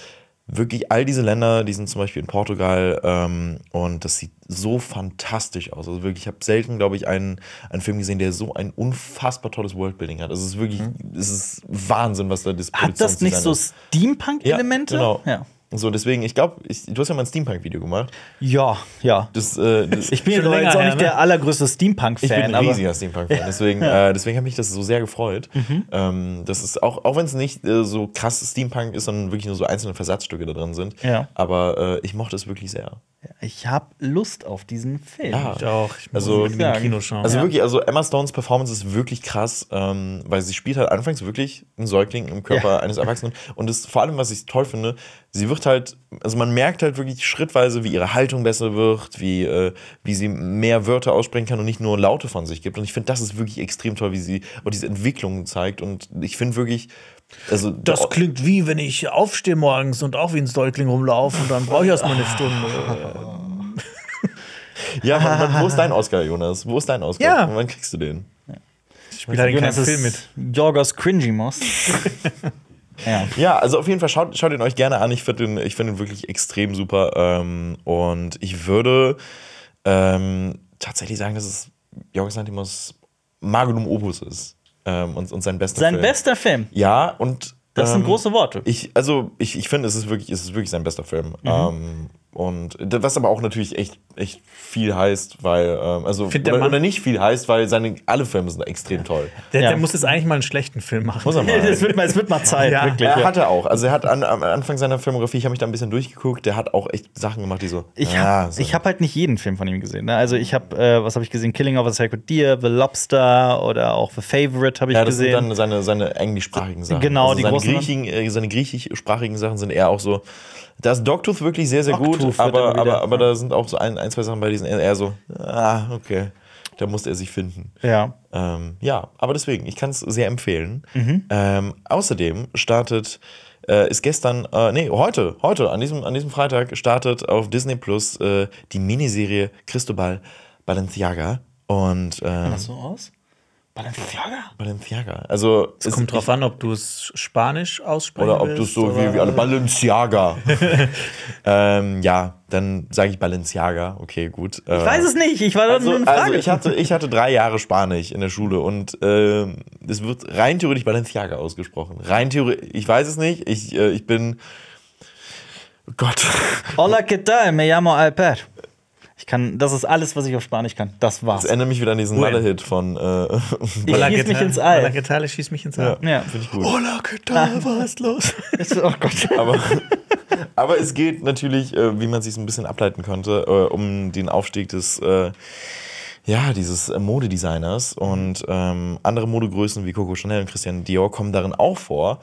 wirklich all diese Länder, die sind zum Beispiel in Portugal ähm, und das sieht so fantastisch aus. Also wirklich, ich habe selten, glaube ich, einen, einen Film gesehen, der so ein unfassbar tolles Worldbuilding hat. Also es ist wirklich, es ist Wahnsinn, was da das Mhm. Hat das nicht so Steampunk-Elemente? Ja, genau. Ja. So, deswegen, ich glaube, ich, du hast ja mal ein Steampunk-Video gemacht. ja, ja. Das, äh, das, Ich bin Schon jetzt aber länger jetzt auch her, nicht ne? der allergrößte ich bin Steampunk-Fan, ein aber. riesiger Steampunk-Fan, deswegen, äh, deswegen hat mich das so sehr gefreut. Mhm. Ähm, das ist auch, auch wenn es nicht äh, so krass Steampunk ist, sondern wirklich nur so einzelne Versatzstücke da drin sind. Ja. Aber äh, ich mochte es wirklich sehr. Ich habe Lust auf diesen Film. Ja. Ich auch. Ich muss Also- unbedingt im Kino schauen. Also wirklich, also Emma Stones Performance ist wirklich krass, ähm, weil sie spielt halt anfangs wirklich einen Säugling im Körper Ja. eines Erwachsenen. Und das, vor allem, was ich toll finde, sie wird halt, also man merkt halt wirklich schrittweise, wie ihre Haltung besser wird, wie, äh, wie sie mehr Wörter aussprechen kann und nicht nur Laute von sich gibt. Und ich finde, das ist wirklich extrem toll, wie sie auch diese Entwicklung zeigt. Und ich finde wirklich, also das klingt wie, wenn ich aufstehe morgens und auch wie ein Säugling rumlaufe und dann brauche ich erstmal eine Stunde. ja, man, man, wo ist dein Oscar, Jonas? Wo ist dein Oscar? Ja. Wann kriegst du den? Ich spiele halt keinen Jonas Film mit. ist Jorgos Cringimos. ja. Ja, also auf jeden Fall schaut, schaut ihn euch gerne an. Ich finde ihn, ich find ihn wirklich extrem super. Ähm, und ich würde ähm, tatsächlich sagen, dass es Jorgos Lantimos Magnum Opus ist. Ähm, und, und sein bester Sein Film. bester Film. Ja, und. Das sind ähm, große Worte. Ich, also, ich, ich finde, es ist wirklich, es ist wirklich sein bester Film. Mhm. Ähm, und d- was aber auch natürlich echt, echt viel heißt, weil, ähm, also, Find der oder, Mann- oder nicht viel heißt, weil seine, alle Filme sind extrem toll. Der, Ja. der muss jetzt eigentlich mal einen schlechten Film machen. Muss er mal. Es wird, mal- es wird mal Zeit, Ja. wirklich. Er ja. hatte auch. Also er hat an, am Anfang seiner Filmografie, ich habe mich da ein bisschen durchgeguckt, der hat auch echt Sachen gemacht, die so. Ich ah, habe so. hab halt nicht jeden Film von ihm gesehen. Ne? Also ich habe, äh, was habe ich gesehen? Killing of a Sacred Deer, The Lobster oder auch The Favorite habe ich ja, das gesehen. sind dann seine, seine englischsprachigen Sachen. Genau, also die seine, großen- Griechen, äh, seine griechischsprachigen Sachen sind eher auch so. Da ist Dogtooth wirklich sehr, sehr Dogtooth gut, wird aber, immer aber, wieder- aber da sind auch so ein, ein, zwei Sachen bei diesen eher so, ah, okay. Da musste er sich finden. ja. Ähm, ja, aber deswegen, ich kann es sehr empfehlen. Mhm. Ähm, außerdem startet, äh, ist gestern, äh, nee, heute, heute, an diesem, an diesem Freitag startet auf Disney Plus äh, die Miniserie Cristobal Balenciaga. Und ähm, So aus? Balenciaga? Balenciaga. Also Es kommt drauf an, ob du es Spanisch aussprichst. Oder ob du es so wie, wie alle Balenciaga. ähm, ja, dann sage ich Balenciaga. Okay, gut. Ich weiß es nicht, ich war da nur in Frage. also ich hatte, ich hatte drei Jahre Spanisch in der Schule und ähm, es wird rein theoretisch Balenciaga ausgesprochen. Rein theoretisch, ich weiß es nicht. Ich, äh, ich bin. oh Gott. Hola, ¿qué tal? Me llamo Alper. Ich kann, das ist alles, was ich auf Spanisch kann. Das war's. Das erinnert mich wieder an diesen Bueno. Malle-Hit von. Äh, Ich Oh schieß mich ins Ei. Getale schießt mich ins Ei. Ja. Finde ich gut. Hola, Getale, was ist los? Ist- Oh Gott. aber, aber es geht natürlich, äh, wie man sich ein bisschen ableiten konnte, äh, um den Aufstieg des, äh, ja, dieses äh, Modedesigners und ähm, andere Modegrößen wie Coco Chanel und Christian Dior kommen darin auch vor.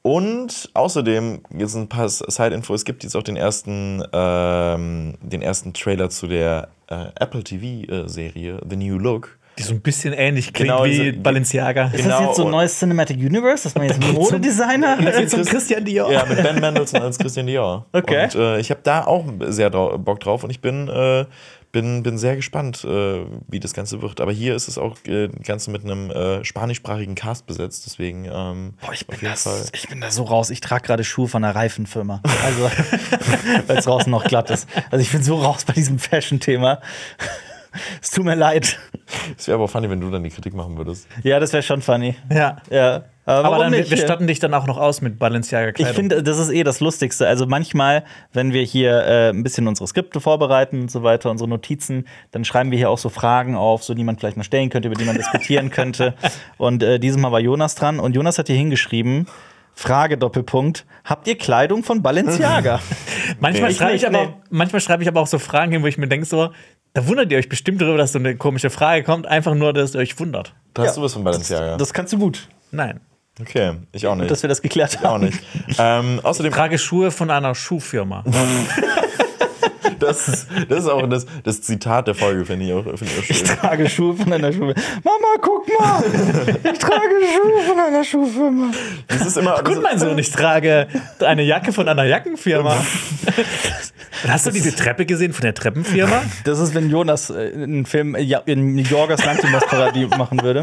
Und außerdem, jetzt ein paar Side-Info, es gibt jetzt auch den ersten, ähm, den ersten Trailer zu der äh, Apple TV-Serie The New Look. Die so ein bisschen ähnlich klingt Genau, wie so- Balenciaga. Ist das genau, jetzt so ein und- neues Cinematic Universe, dass man jetzt einen Modedesigner Jetzt zum Christian Dior. Ja, mit Ben Mendelssohn als Christian Dior. Okay. Und äh, ich habe da auch sehr drau Bock drauf und ich bin, äh, bin, bin sehr gespannt, äh, wie das Ganze wird. Aber hier ist es auch äh, das Ganze mit einem äh, spanischsprachigen Cast besetzt, deswegen ähm, Boah, ich bin, das, ich bin da so raus. Ich trage gerade Schuhe von einer Reifenfirma. Also, weil es draußen noch glatt ist. Also, ich bin so raus bei diesem Fashion-Thema. Es tut mir leid. Es wäre aber funny, wenn du dann die Kritik machen würdest. Ja, das wäre schon funny. Ja. Ja. Aber, Aber warum dann, nicht? wir statten dich dann auch noch aus mit Balenciaga-Kleidung. Ich finde, das ist eh das Lustigste. Also manchmal, wenn wir hier äh, ein bisschen unsere Skripte vorbereiten und so weiter, unsere Notizen, dann schreiben wir hier auch so Fragen auf, so die man vielleicht mal stellen könnte, über die man diskutieren könnte. Und äh, dieses Mal war Jonas dran und Jonas hat hier hingeschrieben. Frage Doppelpunkt. Habt ihr Kleidung von Balenciaga? Manchmal Nee. schreibe ich, Ich nicht, aber, manchmal schreibe ich aber auch so Fragen hin, wo ich mir denke, so, da wundert ihr euch bestimmt darüber, dass so eine komische Frage kommt, einfach nur, dass ihr euch wundert. Da hast du was von Balenciaga. das kannst du gut, Nein. okay, ich auch nicht. dass wir das geklärt auch haben. nicht. ähm, außerdem, Trage Schuhe von einer Schuhfirma. das, das ist auch das, das Zitat der Folge, finde ich auch, find ich auch Ich schön. trage Schuhe von einer Schuhe. Mama, guck mal! Ich trage Schuhe von einer Schuhfirma. Das ist immer. Gut, mein Sohn, ich trage eine Jacke von einer Jackenfirma. Hast du diese Treppe gesehen von der Treppenfirma? Das ist, wenn Jonas äh, einen Film äh, ja, in New Yorkers Land im Paradies machen würde.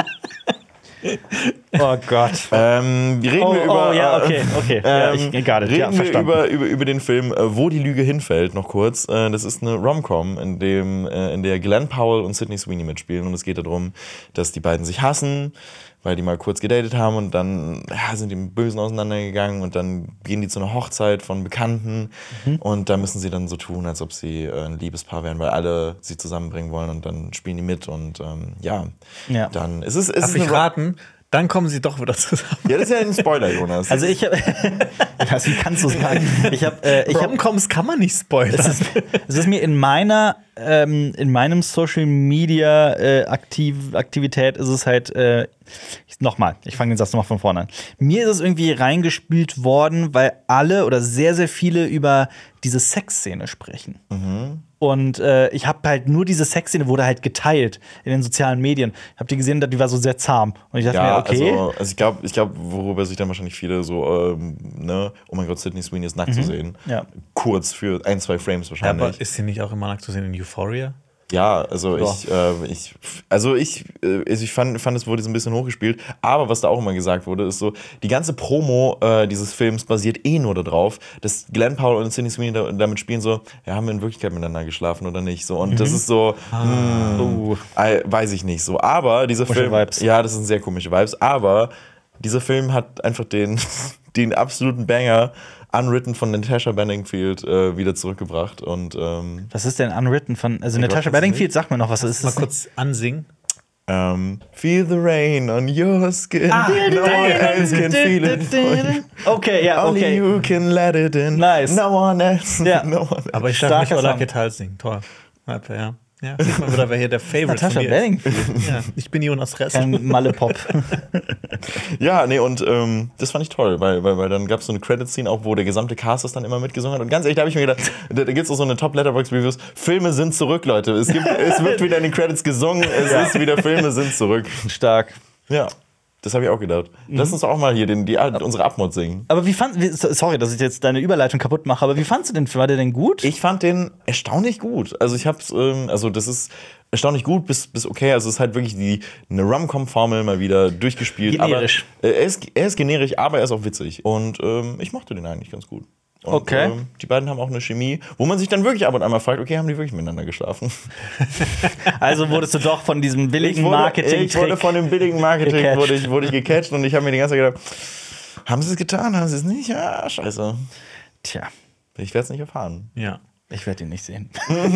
Oh Gott. Ähm, reden Oh, wir oh, über. ja, äh, okay, okay. Ja, ich- got it. Reden Ja, wir verstanden. über, über, über den Film äh, Wo die Lüge hinfällt, noch kurz. Äh, das ist eine Rom-Com, in, dem, äh, in der Glenn Powell und Sidney Sweeney mitspielen. Und es geht darum, dass die beiden sich hassen, weil die mal kurz gedatet haben und dann ja, sind die im Bösen auseinandergegangen und dann gehen die zu einer Hochzeit von Bekannten. Mhm. Und da müssen sie dann so tun, als ob sie äh, ein Liebespaar wären, weil alle sie zusammenbringen wollen und dann spielen die mit. Und ähm, ja, Ja. dann es ist es. Darf ist ich eine Rom- raten? Dann kommen sie doch wieder zusammen. Ja, das ist ja ein Spoiler, Jonas. Also ich habe, wie kannst du sagen? Ich habe, äh, ich habe, Romcoms kann man nicht spoilern. es, ist- es ist mir in meiner, ähm, in meinem Social Media äh, Aktiv Aktivität ist es halt, äh, ich- nochmal, ich fange den Satz nochmal von vorne an. Mir ist es irgendwie reingespielt worden, weil alle oder sehr sehr viele über diese Sexszene sprechen. Mhm. Und äh, ich habe halt nur diese Sexszene wurde halt geteilt in den sozialen Medien. Ich habe die gesehen, die war so sehr zahm. Und ich dachte Ja, mir, okay. also, also ich glaube, ich glaub, worüber sich dann wahrscheinlich viele so, ähm, ne, oh mein Gott, Sidney Sweeney ist nackt zu sehen. Mhm. Ja. Kurz für ein, zwei Frames aber wahrscheinlich. ist sie nicht auch immer nackt zu sehen in Euphoria? Ja, also ich, äh, ich, also ich, äh, also ich fand, fand, es wurde so ein bisschen hochgespielt. Aber was da auch immer gesagt wurde, ist so, die ganze Promo äh, dieses Films basiert eh nur darauf, dass Glenn Powell und Sidney Sweeney da, damit spielen so, ja, haben wir in Wirklichkeit miteinander geschlafen oder nicht? So, und das ist so, mh, äh, weiß ich nicht so. Aber dieser Film, Vibes. ja, das sind sehr komische Vibes. Aber dieser Film hat einfach den, den absoluten Banger. Unwritten von Natasha Benningfield äh, wieder zurückgebracht und ähm, Was ist denn Unwritten von, also Natasha weiß es Bedingfield, sag mir noch, was das ist. Mal kurz ansingen. Ähm, feel the rain on your skin. Ah, Ah, no one else can feel it. for you. Okay, ja, Only okay. you can let it in. Nice. No one else. Ja. No one else. Aber ich darf nicht Starker Ola Song. Ketal singen. Toll. Ja, ja. ja sieht mal wieder, wer hier der Favorite Natasha von mir Bedingfield, ist. Ja, ich bin Jonas Ress. kein Malle-Pop. Ja, nee, und ähm, das fand ich toll, weil, weil, weil dann gab es so eine Credit-Scene auch, wo der gesamte Cast das dann immer mitgesungen hat. Und ganz ehrlich, da habe ich mir gedacht, da, da gibt es auch so eine Top-Letterbox-Reviews. Filme sind zurück, Leute. Es, gibt, es wird wieder in den Credits gesungen. Es ist wieder Filme sind zurück. Stark. Ja, das habe ich auch gedacht. Mhm. Lass uns doch auch mal hier den, die, unsere Abmod singen. Aber wie fand, wie, so- sorry, dass ich jetzt deine Überleitung kaputt mache, aber wie fandst du den Film? War der denn gut? Ich fand den erstaunlich gut. Also ich hab's, ähm, also das ist erstaunlich gut bis, bis okay. Also es ist halt wirklich die eine Rum-Com-Formel mal wieder durchgespielt. Generisch. Aber, äh, er, ist, er ist generisch, aber er ist auch witzig. Und ähm, ich mochte den eigentlich ganz gut. Und, Okay. Ähm, die beiden haben auch eine Chemie, wo man sich dann wirklich ab und an mal fragt, okay, haben die wirklich miteinander geschlafen? also wurdest du doch von diesem billigen marketing ich wurde von dem billigen Marketing gecatcht. wurde ich, wurde ich gecatcht und ich habe mir die ganze Zeit gedacht, haben sie es getan, haben sie es nicht? Ja, scheiße. Tja, Ich werde es nicht erfahren. Ja. ich werde ihn nicht sehen.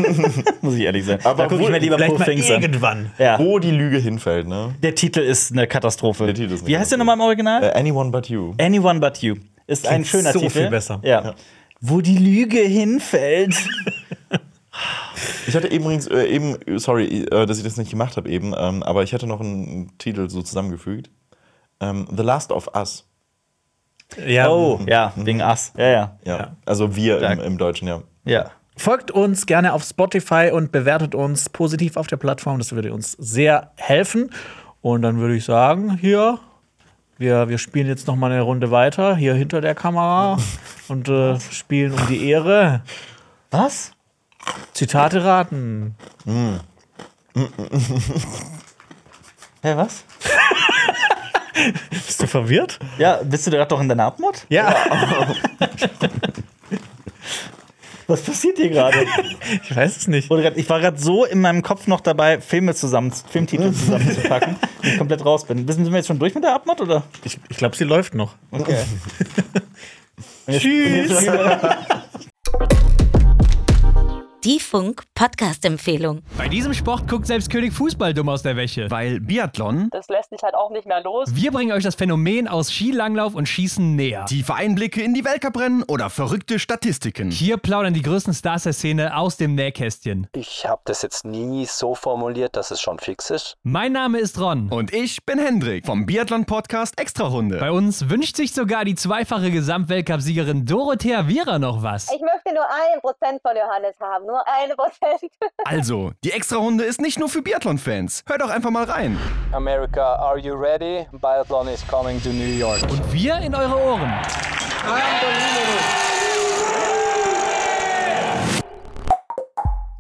Muss ich ehrlich sein. Aber da gucke ich wohl- mir lieber Vielleicht Poor mal Things an. irgendwann. Ja. Wo die Lüge hinfällt, ne? Der Titel ist eine Katastrophe. Der Titel ist eine wie heißt der Katastrophe. nochmal im Original? Äh, Anyone but you. Anyone But You. Ist ein Klingt schöner so Titel. viel besser. Ja. Wo die Lüge hinfällt. Ich hatte eben übrigens, äh, eben, äh, sorry, äh, dass ich das nicht gemacht habe eben, ähm, aber ich hatte noch einen Titel so zusammengefügt. Ähm, The Last of Us. Ja. Oh, ja, wegen Ass. Ja, ja. Ja. Ja. Also wir im, Stark. im Deutschen, ja. Ja. Folgt uns gerne auf Spotify und bewertet uns positiv auf der Plattform. Das würde uns sehr helfen. Und dann würde ich sagen, hier, wir, wir spielen jetzt noch mal eine Runde weiter, hier hinter der Kamera und äh, spielen um die Ehre. Was? Zitate raten. Hä, was? Bist du verwirrt? Ja, bist du gerade doch in deiner Abmod? Ja. Was passiert hier gerade? Ich weiß es nicht. Wurde grad- Ich war gerade so in meinem Kopf noch dabei, Filme zusammen, Filmtitel zusammenzupacken, dass ich komplett raus bin. Wissen sind wir jetzt schon durch mit der Abmod oder? Ich, ich glaube, sie läuft noch. Okay. Tschüss. Die Funk-Podcast-Empfehlung. Bei diesem Sport guckt selbst König Fußball dumm aus der Wäsche. Weil Biathlon. Das lässt sich halt auch nicht mehr los. Wir bringen euch das Phänomen aus Skilanglauf und Schießen näher. Tiefe Einblicke in die Weltcuprennen oder verrückte Statistiken. Hier plaudern die größten Stars der Szene aus dem Nähkästchen. Ich habe das jetzt nie so formuliert, dass es schon fix ist. Mein Name ist Ron. Und ich bin Hendrik vom Biathlon-Podcast Extrarunde. Bei uns wünscht sich sogar die zweifache Gesamtweltcup-Siegerin Dorothea Viera noch was. Ich möchte nur einen Prozent von Johannes haben, nur einen Prozent. Also, die Extrarunde ist nicht nur für Biathlon-Fans. Hör doch einfach mal rein. America, are you ready? Biathlon is coming to New York. Und wir in eure Ohren.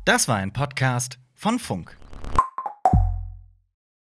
Das war ein Podcast von Funk.